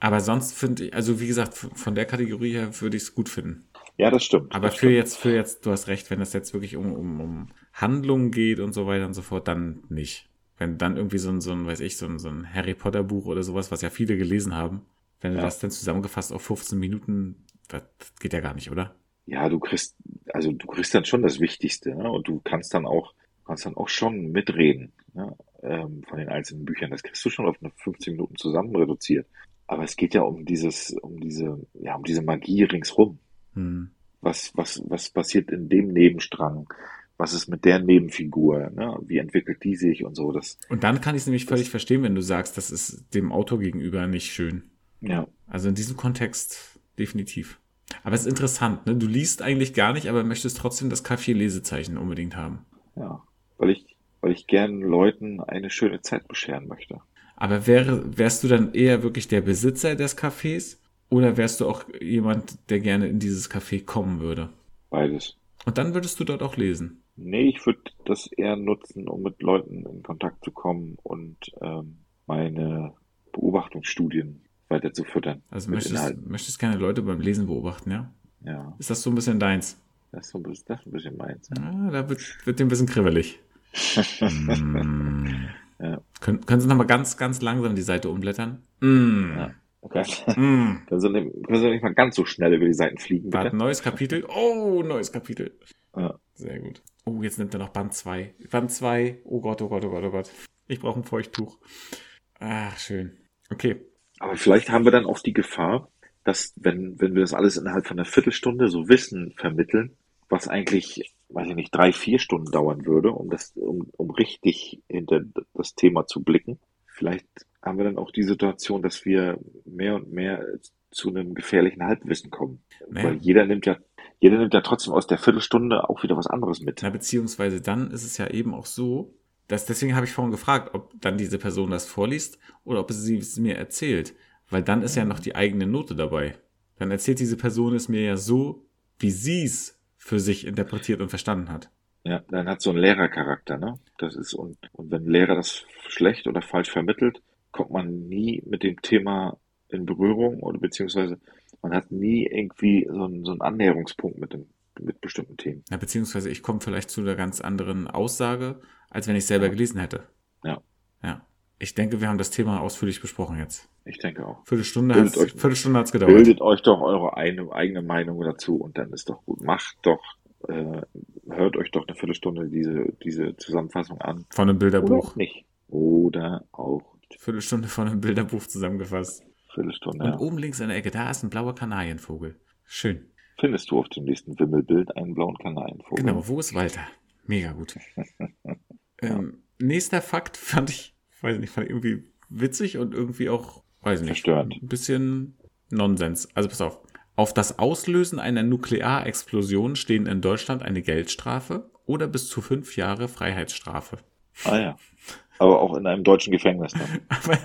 Speaker 2: aber sonst finde ich, also wie gesagt, f- von der Kategorie her würde ich es gut finden.
Speaker 1: Ja, das stimmt.
Speaker 2: Aber
Speaker 1: das
Speaker 2: für jetzt, für jetzt, du hast recht, wenn das jetzt wirklich um, um, um Handlungen geht und so weiter und so fort, dann nicht. Wenn dann irgendwie so ein, so ein weiß ich, so ein, so ein Harry Potter Buch oder sowas, was ja viele gelesen haben, wenn du
Speaker 1: Ja.
Speaker 2: das dann zusammengefasst auf 15 Minuten, das geht ja gar nicht, oder?
Speaker 1: Ja, du kriegst, also du kriegst dann schon das Wichtigste, ne? Und du kannst dann auch, kannst dann auch schon mitreden, ne? Ähm, von den einzelnen Büchern. Das kriegst du schon auf eine 15 Minuten zusammen reduziert. Aber es geht ja um dieses, um diese, ja, um diese Magie ringsrum.
Speaker 2: Hm.
Speaker 1: Was, was, was passiert in dem Nebenstrang? Was ist mit der Nebenfigur? Ne? Wie entwickelt die sich und so? Das,
Speaker 2: Und dann kann ich es nämlich völlig verstehen, wenn du sagst, das ist dem Autor gegenüber nicht schön.
Speaker 1: ja,
Speaker 2: Also in diesem Kontext definitiv. Aber es ist interessant, ne? Du liest eigentlich gar nicht, aber möchtest trotzdem das Kaffee-Lesezeichen unbedingt haben.
Speaker 1: ja. Weil ich, weil ich gern Leuten eine schöne Zeit bescheren möchte.
Speaker 2: Aber wäre, wärst du dann eher wirklich der Besitzer des Cafés oder wärst du auch jemand, der gerne in dieses Café kommen würde?
Speaker 1: Beides.
Speaker 2: Und dann würdest du dort auch lesen.
Speaker 1: Nee, ich würde das eher nutzen, um mit Leuten in Kontakt zu kommen und ähm, meine Beobachtungsstudien weiter zu füttern.
Speaker 2: Also
Speaker 1: mit
Speaker 2: möchtest,
Speaker 1: Inhalten.
Speaker 2: möchtest gerne Leute beim Lesen beobachten, ja?
Speaker 1: Ja,
Speaker 2: Ist das so ein bisschen deins?
Speaker 1: das ist so ein bisschen, das ist ein bisschen meins.
Speaker 2: Ah, da wird, wird dir ein bisschen kribbelig. mm.
Speaker 1: Ja.
Speaker 2: Können, können Sie nochmal ganz, ganz langsam die Seite umblättern? Mm.
Speaker 1: Ja. Okay.
Speaker 2: Mm.
Speaker 1: Können Sie, nicht, können Sie nicht mal ganz so schnell über die Seiten fliegen,
Speaker 2: Warte,
Speaker 1: bitte?
Speaker 2: neues Kapitel. Oh, neues Kapitel.
Speaker 1: Ja.
Speaker 2: Sehr gut. Oh, jetzt nimmt er noch Band 2. Band 2. Oh Gott, oh Gott, oh Gott, oh Gott. Ich brauche ein Feuchttuch. Ach, schön. Okay.
Speaker 1: Aber vielleicht haben wir dann auch die Gefahr, dass wenn, wenn wir das alles innerhalb von einer Viertelstunde so Wissen vermitteln, was eigentlich, weiß ich nicht, drei, vier Stunden dauern würde, um das, um, um richtig hinter das Thema zu blicken, vielleicht haben wir dann auch die Situation, dass wir mehr und mehr zu einem gefährlichen Halbwissen kommen.
Speaker 2: Naja.
Speaker 1: Weil jeder nimmt ja, jeder nimmt ja trotzdem aus der Viertelstunde auch wieder was anderes mit.
Speaker 2: Na, beziehungsweise dann ist es ja eben auch so, dass deswegen habe ich vorhin gefragt, ob dann diese Person das vorliest oder ob sie es mir erzählt. Weil dann ist ja noch die eigene Note dabei. Dann erzählt diese Person es mir ja so, wie sie es für sich interpretiert und verstanden hat.
Speaker 1: Ja, dann hat so ein Lehrercharakter, ne? Das ist und, und wenn ein Lehrer das schlecht oder falsch vermittelt, kommt man nie mit dem Thema in Berührung oder beziehungsweise man hat nie irgendwie so einen, so einen Annäherungspunkt mit dem, mit bestimmten Themen.
Speaker 2: Na, beziehungsweise ich komme vielleicht zu einer ganz anderen Aussage, als wenn ich selber
Speaker 1: Ja.
Speaker 2: gelesen hätte.
Speaker 1: Ja.
Speaker 2: Ja. Ich denke, wir haben das Thema ausführlich besprochen jetzt.
Speaker 1: Ich denke auch.
Speaker 2: Viertelstunde
Speaker 1: Bildet
Speaker 2: hat's,
Speaker 1: euch-
Speaker 2: Viertelstunde hat's gedauert.
Speaker 1: Bildet euch doch eure eine, eigene Meinung dazu und dann ist doch gut. Macht doch, äh, hört euch doch eine Viertelstunde diese, diese Zusammenfassung an.
Speaker 2: Von einem
Speaker 1: Oder
Speaker 2: Bilderbuch.
Speaker 1: auch nicht. Oder auch
Speaker 2: Viertelstunde von einem Bilderbuch zusammengefasst.
Speaker 1: Viertelstunde.
Speaker 2: Und oben links in der Ecke, da ist ein blauer Kanarienvogel. Schön.
Speaker 1: Findest du auf dem nächsten Wimmelbild einen blauen Kanarienvogel?
Speaker 2: Genau, wo ist Walter? Mega gut. ähm, nächster Fakt fand ich, weiß nicht, fand ich irgendwie witzig und irgendwie auch, weiß nicht,
Speaker 1: Verstörend.
Speaker 2: ein bisschen Nonsens. Also pass auf. Auf das Auslösen einer Nuklearexplosion stehen in Deutschland eine Geldstrafe oder bis zu fünf Jahre Freiheitsstrafe. [laughs]
Speaker 1: Ah ja. Aber auch in einem deutschen Gefängnis. Ne?
Speaker 2: Aber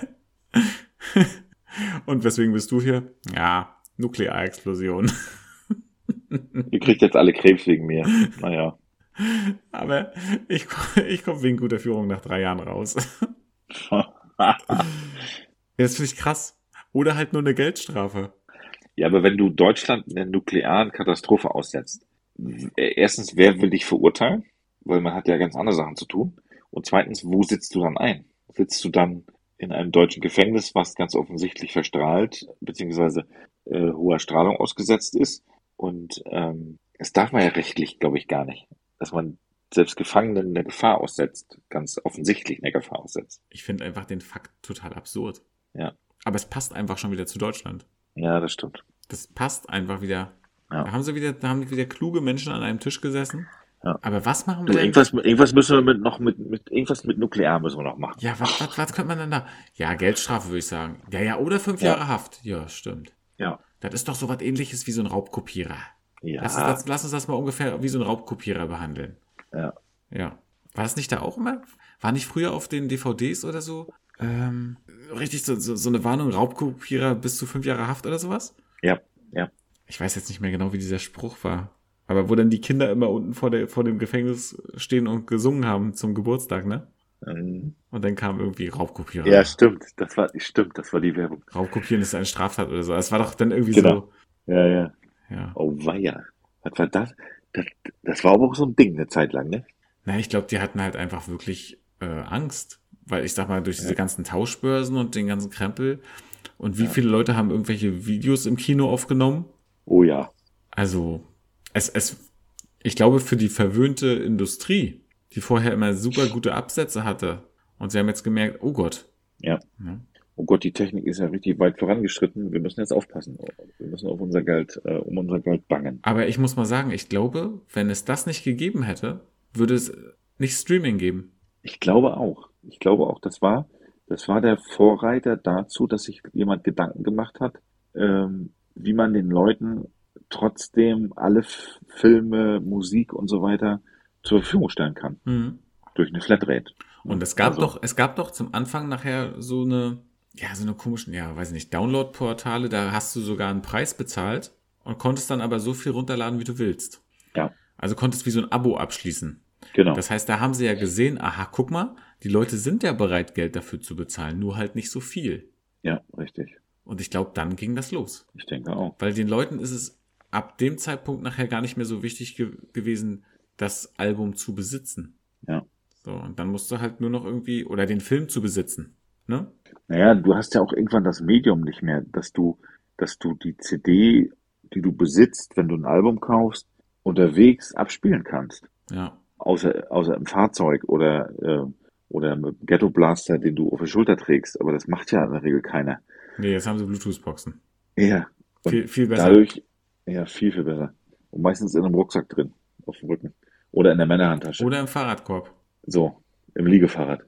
Speaker 2: und weswegen bist du hier? Ja, Nuklearexplosion.
Speaker 1: Ihr kriegt jetzt alle Krebs wegen mir. Naja.
Speaker 2: Aber ich, [laughs] ich komme wegen guter Führung nach drei
Speaker 1: [laughs]
Speaker 2: Jahren raus. Ja, Das finde ich krass. Oder halt nur eine Geldstrafe.
Speaker 1: Ja, aber wenn du Deutschland einer nuklearen Katastrophe aussetzt, w- äh, erstens, wer will dich verurteilen? Weil man hat ja ganz andere Sachen zu tun. Und zweitens, wo sitzt du dann ein? Sitzt du dann in einem deutschen Gefängnis, was ganz offensichtlich verstrahlt, beziehungsweise äh, hoher Strahlung ausgesetzt ist? Und ähm, das darf man ja rechtlich, glaube ich, gar nicht. Dass man selbst Gefangenen eine Gefahr aussetzt, ganz offensichtlich eine Gefahr aussetzt.
Speaker 2: Ich finde einfach den Fakt total absurd.
Speaker 1: Ja.
Speaker 2: Aber es passt einfach schon wieder zu Deutschland.
Speaker 1: Ja, das stimmt.
Speaker 2: Das passt einfach wieder.
Speaker 1: Ja.
Speaker 2: Da haben sie wieder, da haben wieder kluge Menschen an einem Tisch gesessen.
Speaker 1: Ja.
Speaker 2: Aber was machen
Speaker 1: Du,
Speaker 2: wir denn?
Speaker 1: irgendwas, irgendwas müssen wir mit noch mit, mit irgendwas mit Nuklear müssen wir noch machen.
Speaker 2: Ja, was, was, was könnte man denn da? Ja, Geldstrafe würde ich sagen. Ja, ja, oder fünf
Speaker 1: Ja.
Speaker 2: Jahre Haft. Ja, stimmt.
Speaker 1: Ja.
Speaker 2: Das ist doch so was ähnliches wie so ein Raubkopierer.
Speaker 1: Ja.
Speaker 2: Lass, uns, das- lass uns das mal ungefähr wie so ein Raubkopierer behandeln.
Speaker 1: Ja.
Speaker 2: Ja. War das nicht da auch immer? War nicht früher auf den DVDs oder so? Ähm, richtig, so, so, so eine Warnung, Raubkopierer bis zu fünf Jahre Haft oder sowas?
Speaker 1: Ja, ja.
Speaker 2: Ich weiß jetzt nicht mehr genau, wie dieser Spruch war. Aber wo dann die Kinder immer unten vor, der, vor dem Gefängnis stehen und gesungen haben zum Geburtstag, ne?
Speaker 1: Ähm,
Speaker 2: Und dann kam irgendwie Raubkopierer.
Speaker 1: ja, stimmt. Das war, stimmt, das war die Werbung.
Speaker 2: Raubkopieren ist eine Straftat oder so. Das war doch dann irgendwie
Speaker 1: Genau. Ja, ja.
Speaker 2: so. Ja.
Speaker 1: Oh weia. Was war das? Das, das war aber auch so ein Ding eine Zeit lang, ne?
Speaker 2: Na, ich glaube, die hatten halt einfach wirklich äh, Angst, weil ich sag mal, durch diese
Speaker 1: Ja.
Speaker 2: ganzen Tauschbörsen und den ganzen Krempel und wie viele Leute haben irgendwelche Videos im Kino aufgenommen.
Speaker 1: Oh ja.
Speaker 2: Also, es, es, ich glaube, für die verwöhnte Industrie, die vorher immer super gute Absätze hatte und sie haben jetzt gemerkt, oh Gott. Ne?
Speaker 1: Ja. Oh Gott, die Technik ist ja richtig weit vorangeschritten. Wir müssen jetzt aufpassen. Wir müssen auf unser Geld, äh, um unser Geld bangen.
Speaker 2: Aber ich muss mal sagen, ich glaube, wenn es das nicht gegeben hätte, würde es nicht Streaming geben.
Speaker 1: Ich glaube auch. Ich glaube auch, das war, das war der Vorreiter dazu, dass sich jemand Gedanken gemacht hat, ähm, wie man den Leuten trotzdem alle F Filme, Musik und so weiter zur Verfügung stellen kann.
Speaker 2: Mhm.
Speaker 1: Durch eine Flatrate.
Speaker 2: Und es gab
Speaker 1: Also,
Speaker 2: doch, es gab doch zum Anfang nachher so eine, ja, so eine komischen, ja, weiß nicht, Download-Portale, da hast du sogar einen Preis bezahlt und konntest dann aber so viel runterladen, wie du willst.
Speaker 1: Ja.
Speaker 2: Also konntest wie so ein Abo abschließen.
Speaker 1: Genau.
Speaker 2: Das heißt, da haben sie ja gesehen, aha, guck mal, die Leute sind ja bereit, Geld dafür zu bezahlen, nur halt nicht so viel.
Speaker 1: Ja, richtig.
Speaker 2: Und ich glaube, dann ging das los.
Speaker 1: Ich denke auch.
Speaker 2: Weil den Leuten ist es ab dem Zeitpunkt nachher gar nicht mehr so wichtig ge gewesen, das Album zu besitzen.
Speaker 1: Ja.
Speaker 2: So, und dann musst du halt nur noch irgendwie, oder den Film zu besitzen. Ne?
Speaker 1: Naja, du hast ja auch irgendwann das Medium nicht mehr, dass du, dass du die CD, die du besitzt, wenn du ein Album kaufst, unterwegs abspielen kannst.
Speaker 2: Ja.
Speaker 1: Außer, außer im Fahrzeug oder, äh, oder mit dem Ghetto Blaster, den du auf der Schulter trägst. Aber das macht ja in der Regel keiner.
Speaker 2: Nee, jetzt haben sie Bluetooth-Boxen.
Speaker 1: Ja, Und
Speaker 2: Viel, viel besser.
Speaker 1: Dadurch, ja, viel, viel besser. Und meistens in einem Rucksack drin, auf dem Rücken. Oder in der Männerhandtasche.
Speaker 2: Oder im Fahrradkorb. [laughs]
Speaker 1: So, im Liegefahrrad.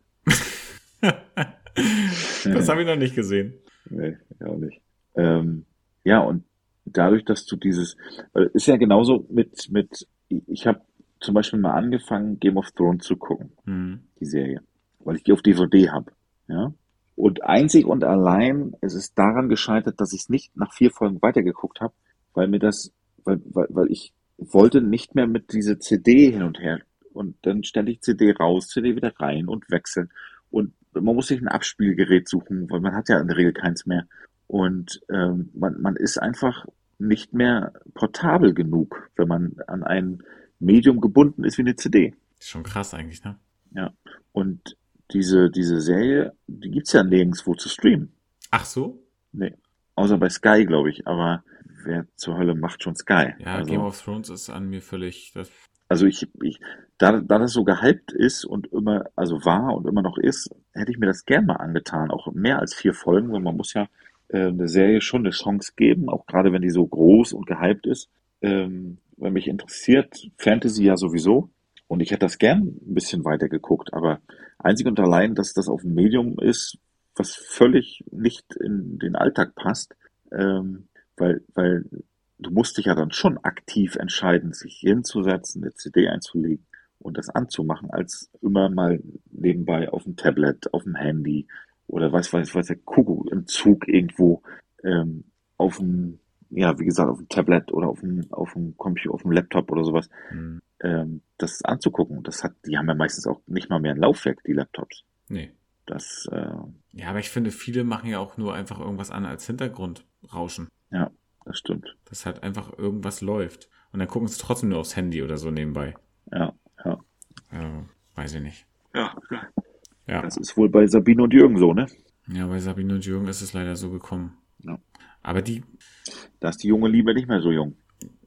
Speaker 2: das habe ich noch nicht gesehen.
Speaker 1: Nee, ja auch nicht. Ähm, ja, und dadurch, dass du dieses, weil es ist ja genauso mit, mit, ich habe zum Beispiel mal angefangen, Game of Thrones zu gucken,
Speaker 2: Hm.
Speaker 1: die Serie, weil ich die auf DVD habe, ja. Und einzig und allein, es ist daran gescheitert, dass ich es nicht nach vier Folgen weitergeguckt habe, weil mir das, weil, weil, weil ich wollte nicht mehr mit diese CD hin und her und dann ständig CD raus, CD wieder rein und wechseln. Und man muss sich ein Abspielgerät suchen, weil man hat ja in der Regel keins mehr. Und ähm, man, man ist einfach nicht mehr portabel genug, wenn man an ein Medium gebunden ist wie eine CD.
Speaker 2: Ist schon krass eigentlich, ne?
Speaker 1: Und diese, diese Serie, die gibt's ja nirgendwo zu streamen.
Speaker 2: Ach so?
Speaker 1: Außer bei Sky, glaube ich. Aber wer zur Hölle macht schon Sky?
Speaker 2: Ja,
Speaker 1: also,
Speaker 2: Game of Thrones ist an mir völlig. Das,
Speaker 1: also ich, ich da, da das so gehypt ist und immer, also war und immer noch ist, hätte ich mir das gern mal angetan. Auch mehr als vier Folgen, weil man muss ja äh, eine Serie schon eine Chance geben, auch gerade wenn die so groß und gehypt ist. Ähm, weil mich interessiert Fantasy ja sowieso. Und ich hätte das gern ein bisschen weiter geguckt, aber einzig und allein, dass das auf ein Medium ist, was völlig nicht in den Alltag passt, ähm, weil, weil du musst dich ja dann schon aktiv entscheiden, sich hinzusetzen, eine CD einzulegen und das anzumachen, als immer mal nebenbei auf dem Tablet, auf dem Handy oder was weiß was der Kuckuck im Zug irgendwo ähm, auf dem, ja, wie gesagt, auf dem Tablet oder auf dem, auf dem Computer, auf dem Laptop oder sowas
Speaker 2: hm.
Speaker 1: ähm, das anzugucken. Das hat, die haben ja meistens auch nicht mal mehr ein Laufwerk, die Laptops.
Speaker 2: Nee.
Speaker 1: Das, äh,
Speaker 2: Ja, aber ich finde, viele machen ja auch nur einfach irgendwas an als Hintergrundrauschen.
Speaker 1: das stimmt.
Speaker 2: Dass halt einfach irgendwas läuft. Und dann gucken sie trotzdem nur aufs Handy oder so nebenbei.
Speaker 1: Ja, ja.
Speaker 2: Äh, weiß ich nicht.
Speaker 1: Ja,
Speaker 2: Ja.
Speaker 1: das ist wohl bei Sabine und Jürgen so, ne?
Speaker 2: Ja, bei Sabine und Jürgen ist es leider so gekommen.
Speaker 1: Ja.
Speaker 2: Aber die,
Speaker 1: Da ist die junge Liebe nicht mehr so jung.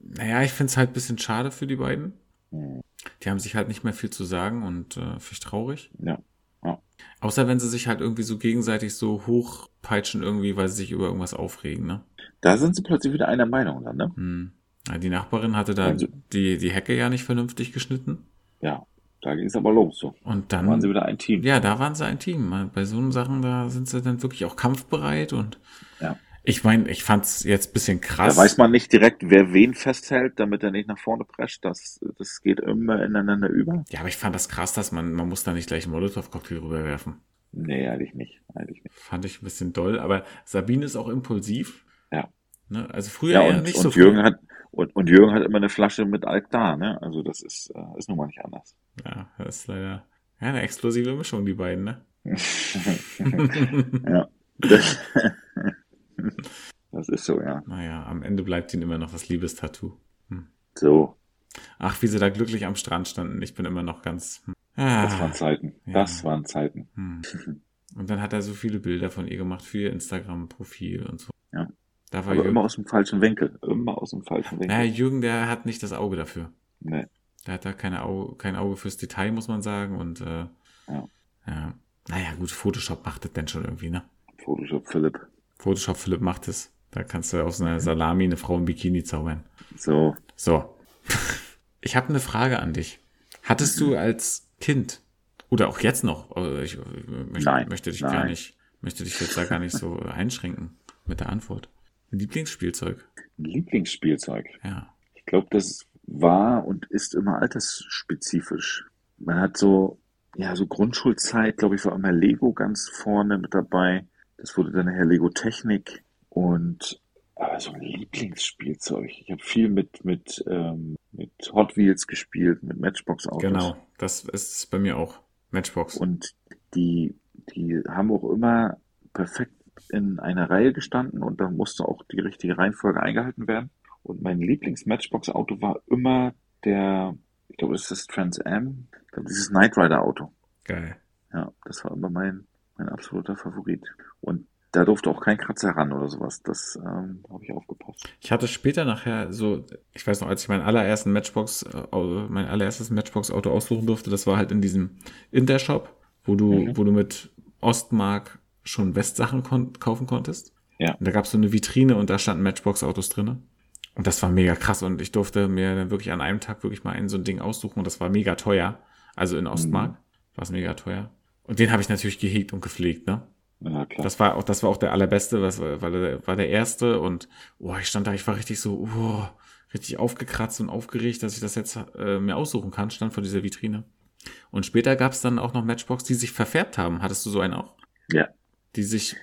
Speaker 2: naja, ich finde es halt ein bisschen schade für die beiden.
Speaker 1: Hm.
Speaker 2: Die haben sich halt nicht mehr viel zu sagen und äh, finde ich traurig.
Speaker 1: Ja. Ja.
Speaker 2: Außer wenn sie sich halt irgendwie so gegenseitig so hochpeitschen irgendwie, weil sie sich über irgendwas aufregen, ne?
Speaker 1: Da sind sie plötzlich wieder einer Meinung dann, ne?
Speaker 2: Hm. Ja, Die Nachbarin hatte da
Speaker 1: Also-
Speaker 2: die, die Hecke ja nicht vernünftig geschnitten.
Speaker 1: Ja, da ging es aber los so.
Speaker 2: Und
Speaker 1: Da
Speaker 2: dann.
Speaker 1: waren sie wieder ein Team.
Speaker 2: Ja, da waren sie ein Team. Bei so Sachen, da sind sie dann wirklich auch kampfbereit und
Speaker 1: Ja.
Speaker 2: ich meine, ich fand's jetzt ein bisschen krass.
Speaker 1: Da weiß man nicht direkt, wer wen festhält, damit er nicht nach vorne prescht. Das, das geht immer ineinander über.
Speaker 2: Ja, aber ich fand das krass, dass man, man muss da nicht gleich einen Molotow-Cocktail rüberwerfen.
Speaker 1: Nee, eigentlich nicht. Eigentlich nicht.
Speaker 2: Fand ich ein bisschen doll, aber Sabine ist auch impulsiv.
Speaker 1: Ja.
Speaker 2: Ne? Also früher
Speaker 1: Ja,
Speaker 2: eher
Speaker 1: und,
Speaker 2: nicht
Speaker 1: und
Speaker 2: so früh.
Speaker 1: Jürgen hat und, und Jürgen hat immer eine Flasche mit Alk da, ne? Also das ist, äh, ist nun mal nicht
Speaker 2: [laughs]
Speaker 1: anders.
Speaker 2: Ja, das ist leider ja, eine explosive Mischung, die
Speaker 1: [laughs]
Speaker 2: beiden, ne? [laughs]
Speaker 1: ja. Das, das ist so, ja.
Speaker 2: naja, am Ende bleibt ihnen immer noch das Liebestattoo.
Speaker 1: So,
Speaker 2: Ach, wie sie da glücklich am Strand standen. Ich bin immer noch ganz. hm.
Speaker 1: das
Speaker 2: Ah,
Speaker 1: waren Zeiten.
Speaker 2: ja.
Speaker 1: Das waren Zeiten. [laughs]
Speaker 2: hm. Und dann hat er so viele Bilder von ihr gemacht für ihr Instagram-Profil und so.
Speaker 1: Ja.
Speaker 2: Da war
Speaker 1: Aber
Speaker 2: Jürgen.
Speaker 1: immer aus dem falschen Winkel. Immer aus dem falschen
Speaker 2: Naja,
Speaker 1: Winkel.
Speaker 2: Jürgen, der hat nicht das Auge dafür.
Speaker 1: Nee.
Speaker 2: Der hat da keine Auge, kein Auge fürs Detail, muss man sagen. Und äh,
Speaker 1: Ja.
Speaker 2: ja. Naja, gut, Photoshop macht das denn schon irgendwie, ne?
Speaker 1: Photoshop Philipp.
Speaker 2: Photoshop Philipp macht es. Da kannst du
Speaker 1: [laughs]
Speaker 2: aus einer Salami eine Frau im Bikini zaubern.
Speaker 1: So,
Speaker 2: So. [laughs] Ich habe eine Frage an dich. Hattest du als Kind oder auch jetzt noch, also ich möchte,
Speaker 1: Nein,
Speaker 2: möchte dich gar
Speaker 1: nein.
Speaker 2: nicht, möchte dich jetzt da gar
Speaker 1: [laughs]
Speaker 2: nicht so einschränken mit der Antwort. Lieblingsspielzeug.
Speaker 1: Lieblingsspielzeug.
Speaker 2: Ja.
Speaker 1: Ich glaube, das war und ist immer altersspezifisch. Man hat so, ja, so Grundschulzeit, glaube ich, war immer Lego ganz vorne mit dabei. Das wurde dann nachher Lego Technik und aber so ein Lieblingsspielzeug. Ich habe viel mit, mit, ähm, mit Hot Wheels gespielt, mit Matchbox-Autos.
Speaker 2: Genau. Das ist bei mir auch. Matchbox.
Speaker 1: Oh, Und die, die haben auch immer perfekt in einer Reihe gestanden und da musste auch die richtige Reihenfolge eingehalten werden. Und mein Lieblings-Matchbox-Auto war immer der, ich glaube, das ist das Trans Am, ich glaube, dieses Knight Rider-Auto.
Speaker 2: Geil.
Speaker 1: Ja, das war immer mein, mein absoluter Favorit. Und da durfte auch kein Kratzer ran oder sowas. Das ähm, habe ich aufgepasst.
Speaker 2: Ich hatte später nachher so, ich weiß noch, als ich meinen allerersten Matchbox, äh, Au- mein allererstes Matchbox-Auto aussuchen durfte, das war halt in diesem Intershop, wo du,
Speaker 1: Mhm.
Speaker 2: wo du mit Ostmark schon Westsachen kon kaufen konntest.
Speaker 1: Ja.
Speaker 2: Und da gab es so eine Vitrine und da standen Matchbox-Autos drin. Und das war mega krass. Und ich durfte mir dann wirklich an einem Tag wirklich mal ein so ein Ding aussuchen. Und das war mega teuer. Also in Ostmark
Speaker 1: Mhm.
Speaker 2: war es mega teuer. Und den habe ich natürlich gehegt und gepflegt, ne?
Speaker 1: Ja, klar.
Speaker 2: Das war auch, das war auch der allerbeste, was, weil er war der erste und oh, ich stand da, ich war richtig so, oh, richtig aufgekratzt und aufgeregt, dass ich das jetzt äh, mir aussuchen kann, stand vor dieser Vitrine. Und später gab es dann auch noch Matchbox, die sich verfärbt haben. Hattest du so einen auch?
Speaker 1: Ja.
Speaker 2: Die sich,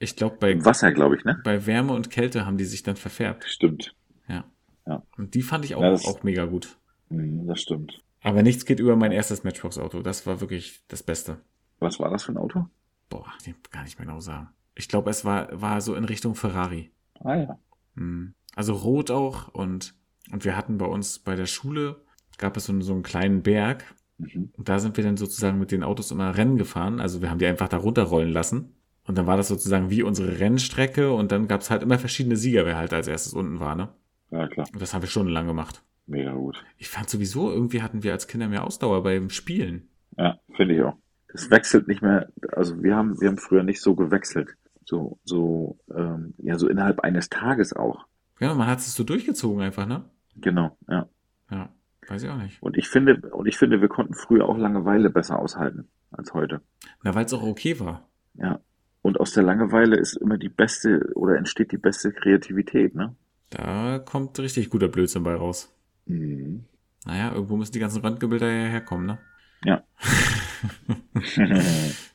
Speaker 2: ich glaube, bei,
Speaker 1: Im Wasser, glaube ich, ne?
Speaker 2: bei Wärme und Kälte haben die sich dann verfärbt.
Speaker 1: Stimmt.
Speaker 2: Ja.
Speaker 1: Ja.
Speaker 2: Und die fand ich auch,
Speaker 1: Ja, das-
Speaker 2: auch mega gut.
Speaker 1: Mhm, das stimmt.
Speaker 2: Aber nichts geht über mein erstes Matchbox-Auto. Das war wirklich das Beste.
Speaker 1: Was war das für ein Auto?
Speaker 2: Boah, ich kann gar nicht mehr genau sagen. Ich glaube, es war, war so in Richtung Ferrari.
Speaker 1: Ah ja.
Speaker 2: Hm. Also rot auch und, und wir hatten bei uns bei der Schule, gab es so, einen- so einen kleinen Berg
Speaker 1: Mhm.
Speaker 2: und da sind wir dann sozusagen mit den Autos immer Rennen gefahren. Also wir haben die einfach da runterrollen lassen und dann war das sozusagen wie unsere Rennstrecke und dann gab es halt immer verschiedene Sieger, wer halt als erstes unten war. Ne?
Speaker 1: Ja, klar.
Speaker 2: Und das haben wir stundenlang gemacht.
Speaker 1: Mega gut.
Speaker 2: Ich fand sowieso, irgendwie hatten wir als Kinder mehr Ausdauer beim Spielen.
Speaker 1: Ja, finde ich auch. Es wechselt nicht mehr, also wir haben, wir haben früher nicht so gewechselt. So, so, ähm, ja, so innerhalb eines Tages auch.
Speaker 2: Ja, man hat es so durchgezogen einfach, ne?
Speaker 1: Genau, ja.
Speaker 2: Ja, weiß ich auch nicht.
Speaker 1: Und ich finde, und ich finde, wir konnten früher auch Langeweile besser aushalten als heute.
Speaker 2: Na, weil es auch okay war.
Speaker 1: Ja. Und aus der Langeweile ist immer die beste oder entsteht die beste Kreativität, ne?
Speaker 2: Da kommt richtig guter Blödsinn bei raus.
Speaker 1: [laughs] Mhm.
Speaker 2: Naja, irgendwo müssen die ganzen Röntgenbilder ja herkommen, ne?
Speaker 1: Ja.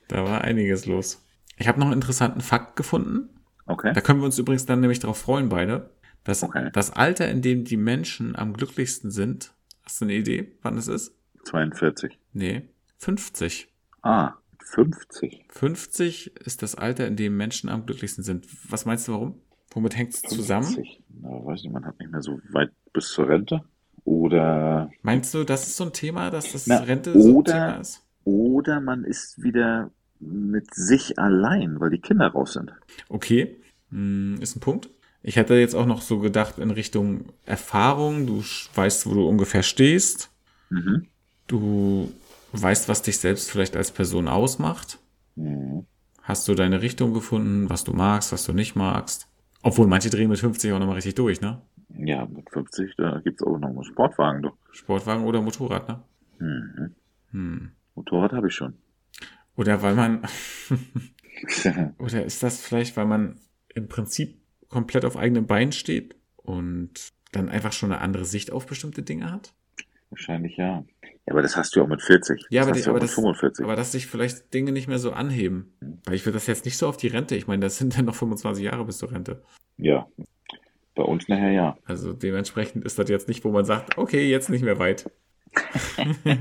Speaker 2: da war einiges los. Ich habe noch einen interessanten Fakt gefunden.
Speaker 1: Okay.
Speaker 2: Da können wir uns übrigens dann nämlich darauf freuen, beide. Dass
Speaker 1: Okay.
Speaker 2: das Alter, in dem die Menschen am glücklichsten sind, hast du eine Idee, wann es ist?
Speaker 1: 42.
Speaker 2: Nee, 50.
Speaker 1: Ah, 50.
Speaker 2: 50 ist das Alter, in dem Menschen am glücklichsten sind. Was meinst du, warum? Womit hängt es zusammen?
Speaker 1: 50. Na, weiß nicht, man hat nicht mehr so weit bis zur Rente. Oder,
Speaker 2: Meinst du, das ist so ein Thema, dass das
Speaker 1: Na,
Speaker 2: Rente so ein
Speaker 1: oder-
Speaker 2: Thema ist?
Speaker 1: oder man ist wieder mit sich allein, weil die Kinder raus sind.
Speaker 2: Okay, hm, ist ein Punkt. Ich hätte jetzt auch noch so gedacht in Richtung Erfahrung. Du sch- weißt, wo du ungefähr stehst.
Speaker 1: Mhm.
Speaker 2: Du weißt, was dich selbst vielleicht als Person ausmacht.
Speaker 1: Mhm.
Speaker 2: Hast du deine Richtung gefunden, was du magst, was du nicht magst. Obwohl manche drehen mit 50 auch nochmal richtig durch, ne?
Speaker 1: Ja, mit 50, da gibt's auch noch einen Sportwagen, doch.
Speaker 2: Sportwagen oder Motorrad, ne?
Speaker 1: Mhm.
Speaker 2: Hm.
Speaker 1: Motorrad habe ich schon.
Speaker 2: [laughs] Oder weil man, [laughs] Oder ist das vielleicht, weil man im Prinzip komplett auf eigenen Beinen steht und dann einfach schon eine andere Sicht auf bestimmte Dinge hat?
Speaker 1: Wahrscheinlich ja. Ja, aber das hast du auch mit 40.
Speaker 2: Ja,
Speaker 1: das
Speaker 2: aber
Speaker 1: hast
Speaker 2: die-
Speaker 1: du auch
Speaker 2: aber
Speaker 1: mit
Speaker 2: das-
Speaker 1: 45.
Speaker 2: Aber dass sich vielleicht Dinge nicht mehr so anheben. Weil ich will das jetzt nicht so auf die Rente. Ich meine, das sind dann noch 25 Jahre bis zur Rente.
Speaker 1: Ja. Bei uns nachher ja.
Speaker 2: Also dementsprechend ist das jetzt nicht, wo man sagt, okay, jetzt nicht mehr weit.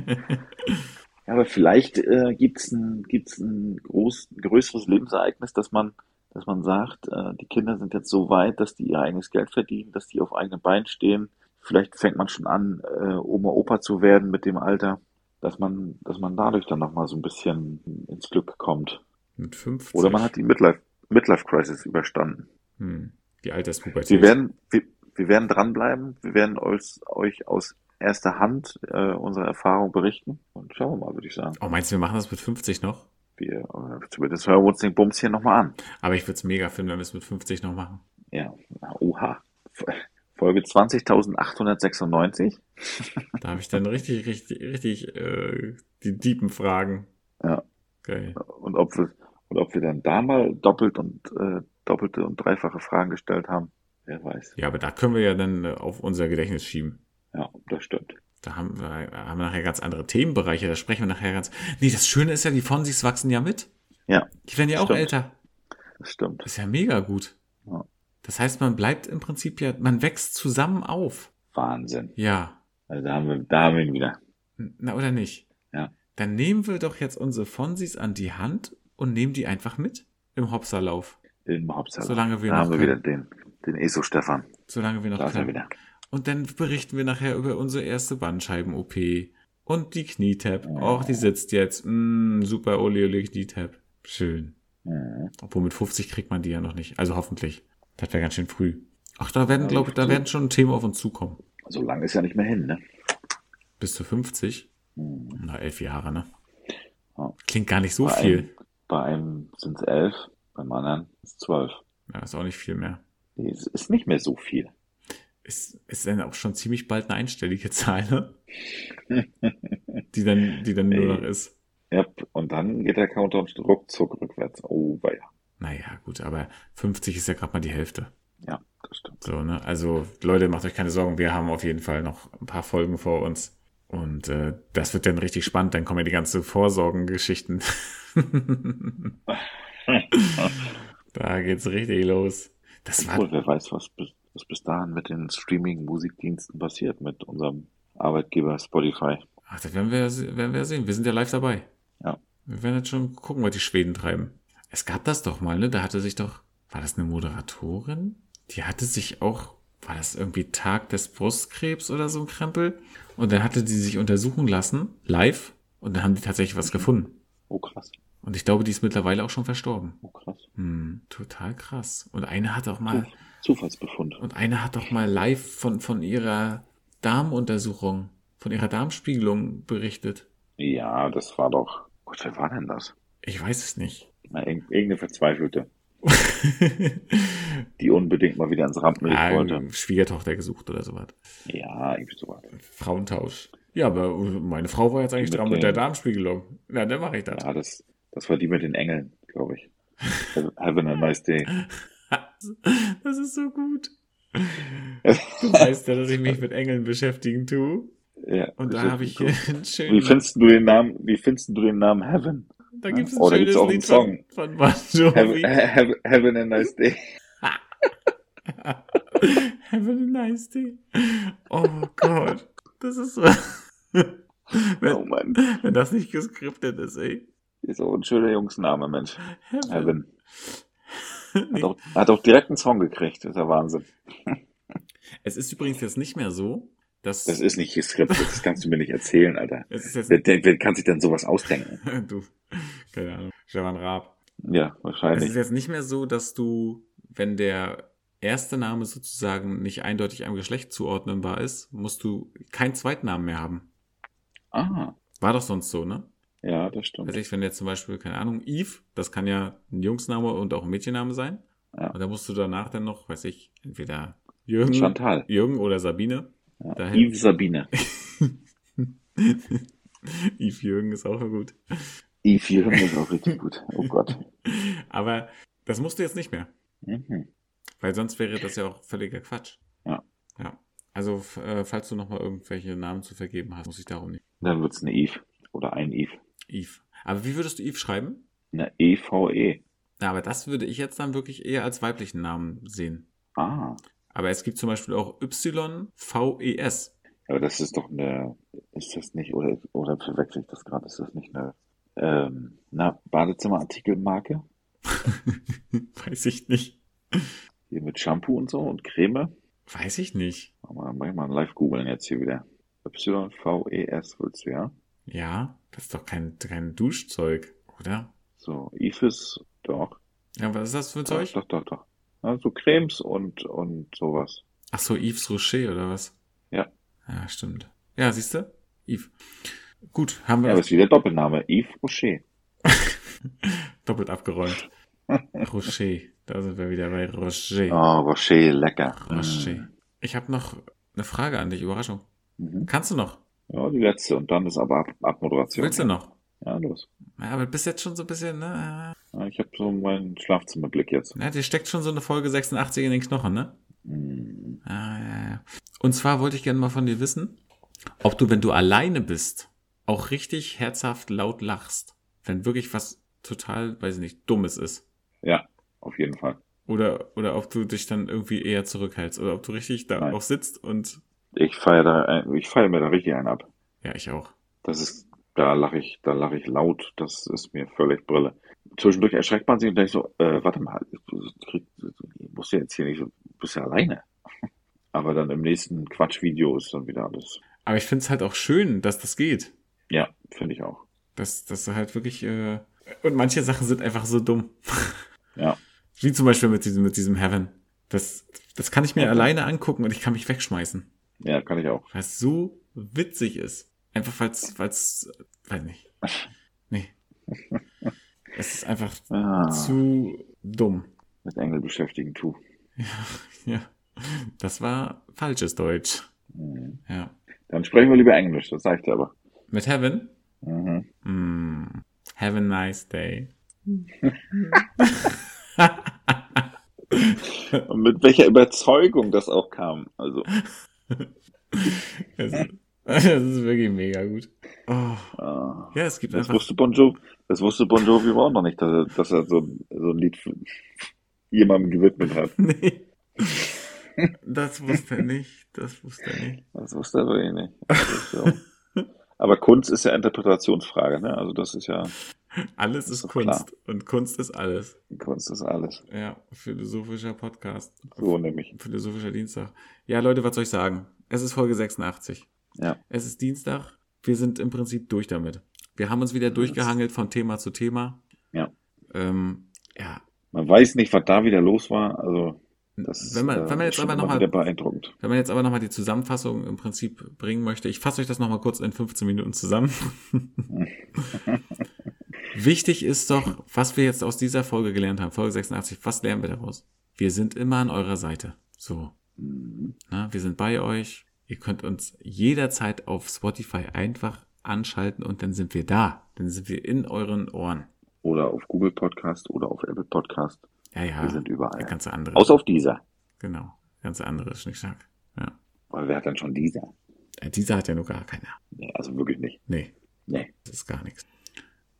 Speaker 1: Ja, aber vielleicht äh, gibt's ein, gibt's ein groß, größeres Lebensereignis, dass man, dass man sagt, äh, die Kinder sind jetzt so weit, dass die ihr eigenes Geld verdienen, dass die auf eigenen Beinen stehen. Vielleicht fängt man schon an, äh, Oma, Opa zu werden mit dem Alter, dass man, dass man dadurch dann nochmal so ein bisschen ins Glück kommt.
Speaker 2: Mit 50.
Speaker 1: Oder man hat die Midlife, Midlife Crisis überstanden.
Speaker 2: hm, die Alterspubertät.
Speaker 1: Wir werden, wir, wir werden dranbleiben. Wir werden euch, euch aus erster Hand äh, unsere Erfahrung berichten. Und schauen wir mal, würde ich sagen.
Speaker 2: oh, meinst du, wir machen das mit 50 noch?
Speaker 1: Wir, äh, zumindest hören wir uns den Bums hier nochmal an.
Speaker 2: Aber ich würde es mega finden, wenn wir es mit 50 noch machen.
Speaker 1: Ja, oha. Folge 20.896.
Speaker 2: Da habe ich dann richtig, richtig, richtig äh, die diepen Fragen.
Speaker 1: Ja.
Speaker 2: Geil.
Speaker 1: Und ob wir, und ob wir dann da mal doppelt und äh, doppelte und dreifache Fragen gestellt haben, wer weiß.
Speaker 2: Ja, aber da können wir ja dann äh, auf unser Gedächtnis schieben.
Speaker 1: Ja, das stimmt.
Speaker 2: Da haben wir, haben wir nachher ganz andere Themenbereiche, da sprechen wir nachher ganz. Nee, das Schöne ist ja, die Fonsis wachsen ja mit.
Speaker 1: Ja.
Speaker 2: Die werden ja auch
Speaker 1: Stimmt.
Speaker 2: älter.
Speaker 1: Das stimmt.
Speaker 2: Ist ja mega gut.
Speaker 1: Ja.
Speaker 2: Das heißt, man bleibt im Prinzip ja, man wächst zusammen auf.
Speaker 1: Wahnsinn.
Speaker 2: Ja.
Speaker 1: Also da haben wir, da haben wir ihn wieder.
Speaker 2: Na, oder nicht?
Speaker 1: Ja.
Speaker 2: Dann nehmen wir doch jetzt unsere Fonsis an die Hand und nehmen die einfach mit im Hopserlauf.
Speaker 1: Im Hauptsache.
Speaker 2: Solange wir
Speaker 1: da
Speaker 2: noch
Speaker 1: haben wir wieder den, den ESO-Stefan.
Speaker 2: Solange wir noch
Speaker 1: Da ist er
Speaker 2: können.
Speaker 1: wieder.
Speaker 2: Und dann berichten wir nachher über unsere erste Bandscheiben-OP. Und die Knietap. Auch die sitzt jetzt. Mm, super Ole Ole Knietap. Schön.
Speaker 1: Mhm.
Speaker 2: Obwohl mit 50 kriegt man die ja noch nicht. Also hoffentlich. Das wäre ganz schön früh. Ach, da werden,
Speaker 1: Ja,
Speaker 2: glaube ich, da
Speaker 1: so.
Speaker 2: werden schon Themen auf uns zukommen.
Speaker 1: So lange ist ja nicht mehr hin, ne?
Speaker 2: Bis zu 50.
Speaker 1: Mhm.
Speaker 2: Na, elf Jahre, ne?
Speaker 1: Ja.
Speaker 2: Klingt gar nicht so
Speaker 1: Bei
Speaker 2: viel.
Speaker 1: einem- Bei einem sind es elf, beim anderen ist zwölf.
Speaker 2: Ja, ist auch nicht viel mehr.
Speaker 1: Nee, es ist nicht mehr so viel.
Speaker 2: Ist, ist dann auch schon ziemlich bald eine einstellige [laughs] Zahl, ne?
Speaker 1: [laughs]
Speaker 2: die dann, die dann nur
Speaker 1: Ey.
Speaker 2: noch ist.
Speaker 1: Ja, und dann geht der Countdown ruckzuck rückwärts. Oh, weia.
Speaker 2: Naja, gut, aber 50 ist ja gerade mal die Hälfte.
Speaker 1: Ja, das stimmt.
Speaker 2: So, ne? Also, Leute, macht euch keine Sorgen, wir haben auf jeden Fall noch ein paar Folgen vor uns. Und äh, das wird dann richtig spannend, dann kommen ja die
Speaker 1: [laughs]
Speaker 2: ganzen Vorsorgengeschichten. [laughs] da geht's richtig los. Das war
Speaker 1: Obwohl, wer weiß, was bis, was bis dahin mit den Streaming-Musikdiensten passiert, mit unserem Arbeitgeber Spotify.
Speaker 2: Ach, das werden wir, se- werden wir sehen. Wir sind ja live dabei.
Speaker 1: Ja.
Speaker 2: Wir werden jetzt schon gucken, was die Schweden treiben. Es gab das doch mal, ne? Da hatte sich doch, war das eine Moderatorin? Die hatte sich auch, war das irgendwie Tag des Brustkrebs oder so ein Krempel? Und dann hatte die sich untersuchen lassen, live, und dann haben die tatsächlich was gefunden.
Speaker 1: Oh, krass.
Speaker 2: Und ich glaube, die ist mittlerweile auch schon verstorben.
Speaker 1: Oh, krass.
Speaker 2: Hm, total krass. Und eine hat auch mal,
Speaker 1: Zufallsbefund.
Speaker 2: und eine hat doch mal live von, von ihrer Darmuntersuchung, von ihrer Darmspiegelung berichtet.
Speaker 1: Ja, das war doch. Gott, wer war denn das?
Speaker 2: Ich weiß es nicht.
Speaker 1: Na, irg- irgendeine Verzweifelte,
Speaker 2: [laughs]
Speaker 1: die unbedingt mal wieder ins Rampenlicht
Speaker 2: Ah,
Speaker 1: wollte.
Speaker 2: Schwiegertochter gesucht oder sowas.
Speaker 1: Ja, irgendwie sowas.
Speaker 2: Frauentausch. Ja, aber äh, meine Frau war jetzt eigentlich
Speaker 1: Mit
Speaker 2: dran mit
Speaker 1: den-
Speaker 2: der Darmspiegelung. Na, dann mache ich das.
Speaker 1: Ja, das, das war die mit den Engeln, glaube ich. Have- Having a nice day.
Speaker 2: [laughs] Das ist
Speaker 1: [laughs]
Speaker 2: so gut. Du weißt ja, dass ich mich mit Engeln beschäftigen tue.
Speaker 1: Ja,
Speaker 2: Und da
Speaker 1: das
Speaker 2: habe
Speaker 1: ist
Speaker 2: ich
Speaker 1: cool.
Speaker 2: [laughs] einen
Speaker 1: Wie
Speaker 2: schönen.
Speaker 1: findest du den Namen, wie findest du den Namen Heaven?
Speaker 2: Da gibt es ein
Speaker 1: Oh, da gibt's
Speaker 2: schönes
Speaker 1: auch einen
Speaker 2: Lied von,
Speaker 1: Song.
Speaker 2: von Bon Jovi.
Speaker 1: Have, have, having a nice
Speaker 2: [laughs]
Speaker 1: day.
Speaker 2: Have a nice day. Oh Gott. Das ist so. [laughs]
Speaker 1: Oh
Speaker 2: Wenn,
Speaker 1: Mann.
Speaker 2: wenn das nicht geskriptet ist, ey.
Speaker 1: Ist auch ein schöner Jungsname, Mensch.
Speaker 2: Heaven. [laughs]
Speaker 1: Heaven. Hat
Speaker 2: Nee.
Speaker 1: auch, hat auch direkt einen Song gekriegt. Das ist ja Wahnsinn.
Speaker 2: Es ist übrigens jetzt nicht mehr so, dass.
Speaker 1: Das ist nicht geskriptet. Das kannst du mir nicht erzählen, Alter.
Speaker 2: es ist jetzt
Speaker 1: Wer, der, wer kann sich denn sowas ausdenken?
Speaker 2: [laughs] du, keine Ahnung, Stefan Raab.
Speaker 1: Ja,
Speaker 2: Es ist
Speaker 1: wahrscheinlich.
Speaker 2: jetzt nicht mehr so, dass du, wenn der erste Name sozusagen nicht eindeutig einem Geschlecht zuordnenbar ist, musst du keinen Zweitnamen mehr haben.
Speaker 1: Ah,
Speaker 2: War doch sonst so, ne?
Speaker 1: ja, das stimmt.
Speaker 2: Also ich, wenn jetzt zum Beispiel, keine Ahnung, Eve, das kann ja ein Jungsname und auch ein Mädchenname sein.
Speaker 1: Ja.
Speaker 2: Und da musst du danach dann noch, weiß ich, entweder Jürgen,
Speaker 1: Chantal.
Speaker 2: Jürgen oder Sabine.
Speaker 1: Ja.
Speaker 2: Dahin.
Speaker 1: Yves Sabine.
Speaker 2: [laughs] Eve Jürgen ist auch gut.
Speaker 1: Yves Jürgen ist auch
Speaker 2: [laughs]
Speaker 1: richtig gut. Oh Gott.
Speaker 2: Aber das musst du jetzt nicht mehr.
Speaker 1: Mhm.
Speaker 2: Weil sonst wäre das ja auch völliger Quatsch.
Speaker 1: Ja.
Speaker 2: Ja. Also, f- äh, falls du nochmal irgendwelche Namen zu vergeben hast, muss ich darum nicht.
Speaker 1: Dann wird's eine Yves. Oder ein Yves.
Speaker 2: Eve. Aber wie würdest du Eve schreiben?
Speaker 1: Eine E EVE.
Speaker 2: Na, aber das würde ich jetzt dann wirklich eher als weiblichen Namen sehen.
Speaker 1: Ah.
Speaker 2: Aber es gibt zum Beispiel auch E YVES.
Speaker 1: Aber das ist doch eine, ist das nicht, oder, oder verwechsel ich das gerade? Ist das nicht eine, ähm, na, Badezimmerartikelmarke?
Speaker 2: [laughs] Weiß ich nicht.
Speaker 1: Hier mit Shampoo und so und Creme?
Speaker 2: Weiß ich nicht.
Speaker 1: Mach mal, mach ich mal live googeln jetzt hier wieder. YVES willst du, ja?
Speaker 2: Ja, das ist doch kein, kein Duschzeug, oder?
Speaker 1: So, Ifis, doch.
Speaker 2: Ja, was ist das für ein
Speaker 1: Doch,
Speaker 2: Zeug?
Speaker 1: doch, doch, doch. Ja, so Cremes und, und sowas.
Speaker 2: Ach so, Yves Rocher oder was?
Speaker 1: Ja.
Speaker 2: Ja, stimmt. Ja, siehst du? Yves. Gut, haben wir
Speaker 1: Ja, das ist wieder Doppelname. Yves Rocher.
Speaker 2: Doppelt abgeräumt.
Speaker 1: [laughs]
Speaker 2: Rocher. Da sind wir wieder bei Rocher.
Speaker 1: Oh, Rocher, lecker.
Speaker 2: Ah, Rocher. Ich habe noch eine Frage an dich. Überraschung.
Speaker 1: Mhm.
Speaker 2: Kannst du noch?
Speaker 1: Ja, die letzte. Und dann ist aber Ab Abmoderation.
Speaker 2: Willst du noch?
Speaker 1: Ja, los.
Speaker 2: Ja, aber du bist jetzt schon so ein bisschen, ne?
Speaker 1: Ja, ich habe so meinen Schlafzimmerblick jetzt.
Speaker 2: Na, dir steckt schon so eine Folge 86 in den Knochen, ne?
Speaker 1: Mhm.
Speaker 2: Ah, ja, ja. Und zwar wollte ich gerne mal von dir wissen, ob du, wenn du alleine bist, auch richtig herzhaft laut lachst. Wenn wirklich was total, weiß ich nicht, Dummes ist.
Speaker 1: Ja, auf jeden Fall.
Speaker 2: Oder, oder ob du dich dann irgendwie eher zurückhältst. Oder ob du richtig da
Speaker 1: Nein.
Speaker 2: auch sitzt und.
Speaker 1: Ich feiere da, ein- ich feiere mir da richtig einen ab.
Speaker 2: Ja, ich auch.
Speaker 1: Das ist, da lache ich, da lache ich laut. Das ist mir völlig Brille. Zwischendurch erschreckt man sich und denkt so, äh, warte mal, ich krieg- ich muss ja jetzt hier nicht, so- du bist ja alleine. [laughs] Aber dann im nächsten Quatschvideo ist dann wieder alles.
Speaker 2: Aber ich finde es halt auch schön, dass das geht.
Speaker 1: Ja, finde ich auch.
Speaker 2: Dass, dass du halt wirklich. Äh, und manche Sachen sind einfach so dumm. [laughs]
Speaker 1: Ja.
Speaker 2: Wie zum Beispiel mit diesem, mit diesem Heaven. Das, das kann ich mir
Speaker 1: Ja.
Speaker 2: alleine angucken und ich kann mich wegschmeißen.
Speaker 1: Ja, kann ich auch.
Speaker 2: Weil es so witzig ist. Einfach falls, falls. Weiß nicht. Nee. Es ist einfach
Speaker 1: Ah,
Speaker 2: zu dumm.
Speaker 1: mit Engel beschäftigen tue.
Speaker 2: Ja, das war falsches Deutsch.
Speaker 1: Mhm.
Speaker 2: Ja.
Speaker 1: Dann sprechen wir lieber Englisch, das reicht aber.
Speaker 2: Mit Heaven?
Speaker 1: Mhm.
Speaker 2: Mm. Have a nice day.
Speaker 1: Und mit welcher Überzeugung das auch kam. Also,
Speaker 2: Das, das ist [laughs] wirklich mega gut. Oh.
Speaker 1: äh,
Speaker 2: Ja, es gibt
Speaker 1: das
Speaker 2: einfach.
Speaker 1: wusste Bon Jovi, das wusste Bon Jovi aber auch noch nicht, dass er, dass er so, so ein Lied für jemandem gewidmet hat.
Speaker 2: [laughs] Nee. Das wusste er nicht. Das wusste er nicht.
Speaker 1: Das wusste er wirklich nicht. Das ist so.
Speaker 2: [laughs]
Speaker 1: Aber Kunst ist ja Interpretationsfrage, ne? Also das ist ja,
Speaker 2: Alles ist
Speaker 1: doch
Speaker 2: Kunst. Und Kunst ist alles.
Speaker 1: Kunst ist alles.
Speaker 2: Ja, philosophischer Podcast.
Speaker 1: So nämlich.
Speaker 2: Philosophischer Dienstag. Ja, Leute, was soll ich sagen? Es ist Folge 86.
Speaker 1: Ja.
Speaker 2: Es ist Dienstag. Wir sind im Prinzip durch damit. Wir haben uns wieder durchgehangelt von Thema zu Thema.
Speaker 1: Ja.
Speaker 2: Ähm, ja.
Speaker 1: Man weiß nicht, was da wieder los war. Also das
Speaker 2: wenn man,
Speaker 1: ist, äh,
Speaker 2: wenn man jetzt
Speaker 1: schon
Speaker 2: aber
Speaker 1: immer
Speaker 2: nochmal
Speaker 1: wieder beeindruckend.
Speaker 2: Wenn man jetzt aber nochmal die Zusammenfassung im Prinzip bringen möchte, ich fasse euch das nochmal kurz in 15
Speaker 1: [laughs]
Speaker 2: Minuten zusammen. Wichtig ist doch, was wir jetzt aus dieser Folge gelernt haben, Folge 86, was lernen wir daraus? Wir sind immer an eurer Seite. So,
Speaker 1: Mhm.
Speaker 2: ne? wir sind bei euch. Ihr könnt uns jederzeit auf Spotify einfach anschalten und dann sind wir da. Dann sind wir in euren Ohren.
Speaker 1: Oder auf Google Podcast oder auf Apple Podcast.
Speaker 2: Ja, ja.
Speaker 1: Wir sind überall.
Speaker 2: Der ganze andere.
Speaker 1: Außer auf dieser.
Speaker 2: genau. Der ganze andere ist nicht stark. Ja.
Speaker 1: Weil wer hat dann schon dieser?
Speaker 2: Äh, Dieser hat ja nur gar keiner.
Speaker 1: Nee, also wirklich nicht.
Speaker 2: Nee.
Speaker 1: Nee.
Speaker 2: Das ist gar nichts.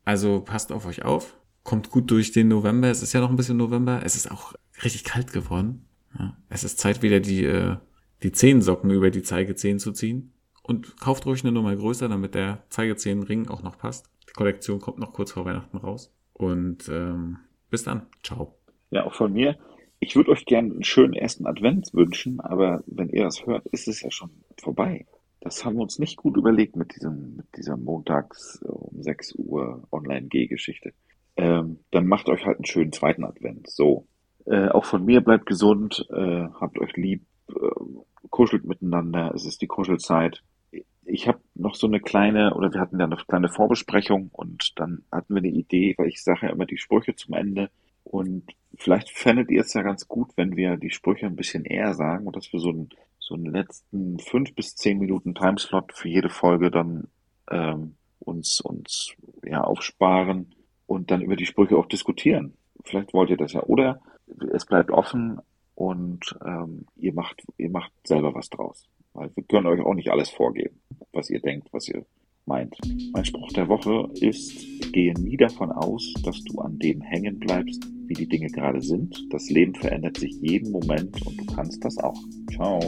Speaker 2: Also passt auf euch auf. Kommt gut durch den November. Es ist ja noch ein bisschen November. Es ist auch richtig kalt geworden. Ja. Es ist Zeit, wieder die, äh, die Zehensocken über die Zeigezehen zu ziehen. Und kauft ruhig eine Nummer größer, damit der Zeigezehenring auch noch passt. Die Kollektion kommt noch kurz vor Weihnachten raus. Und ähm, bis dann. Ciao.
Speaker 1: Ja, auch von mir. Ich würde euch gerne einen schönen ersten Advent wünschen, aber wenn ihr das hört, ist es ja schon vorbei. Das haben wir uns nicht gut überlegt mit diesem, mit dieser montags äh, um 6 Uhr Online-G-Geschichte. Ähm, dann macht euch halt einen schönen zweiten Advent. So. Äh, auch von mir bleibt gesund, äh, habt euch lieb, äh, kuschelt miteinander, es ist die Kuschelzeit. Ich habe noch so eine kleine, oder wir hatten ja eine kleine Vorbesprechung und dann hatten wir eine Idee, weil ich sage ja immer die Sprüche zum Ende. Und vielleicht fändet ihr es ja ganz gut, wenn wir die Sprüche ein bisschen eher sagen und dass wir so einen, so einen letzten fünf bis zehn Minuten Timeslot für jede Folge dann ähm, uns, uns ja, aufsparen und dann über die Sprüche auch diskutieren. Vielleicht wollt ihr das ja. Oder es bleibt offen und ähm, ihr macht, ihr macht selber was draus. Weil wir können euch auch nicht alles vorgeben, was ihr denkt, was ihr meint. Mein Spruch der Woche ist, gehe nie davon aus, dass du an dem hängen bleibst, wie die Dinge gerade sind. Das Leben verändert sich jeden Moment und du kannst das auch. Ciao.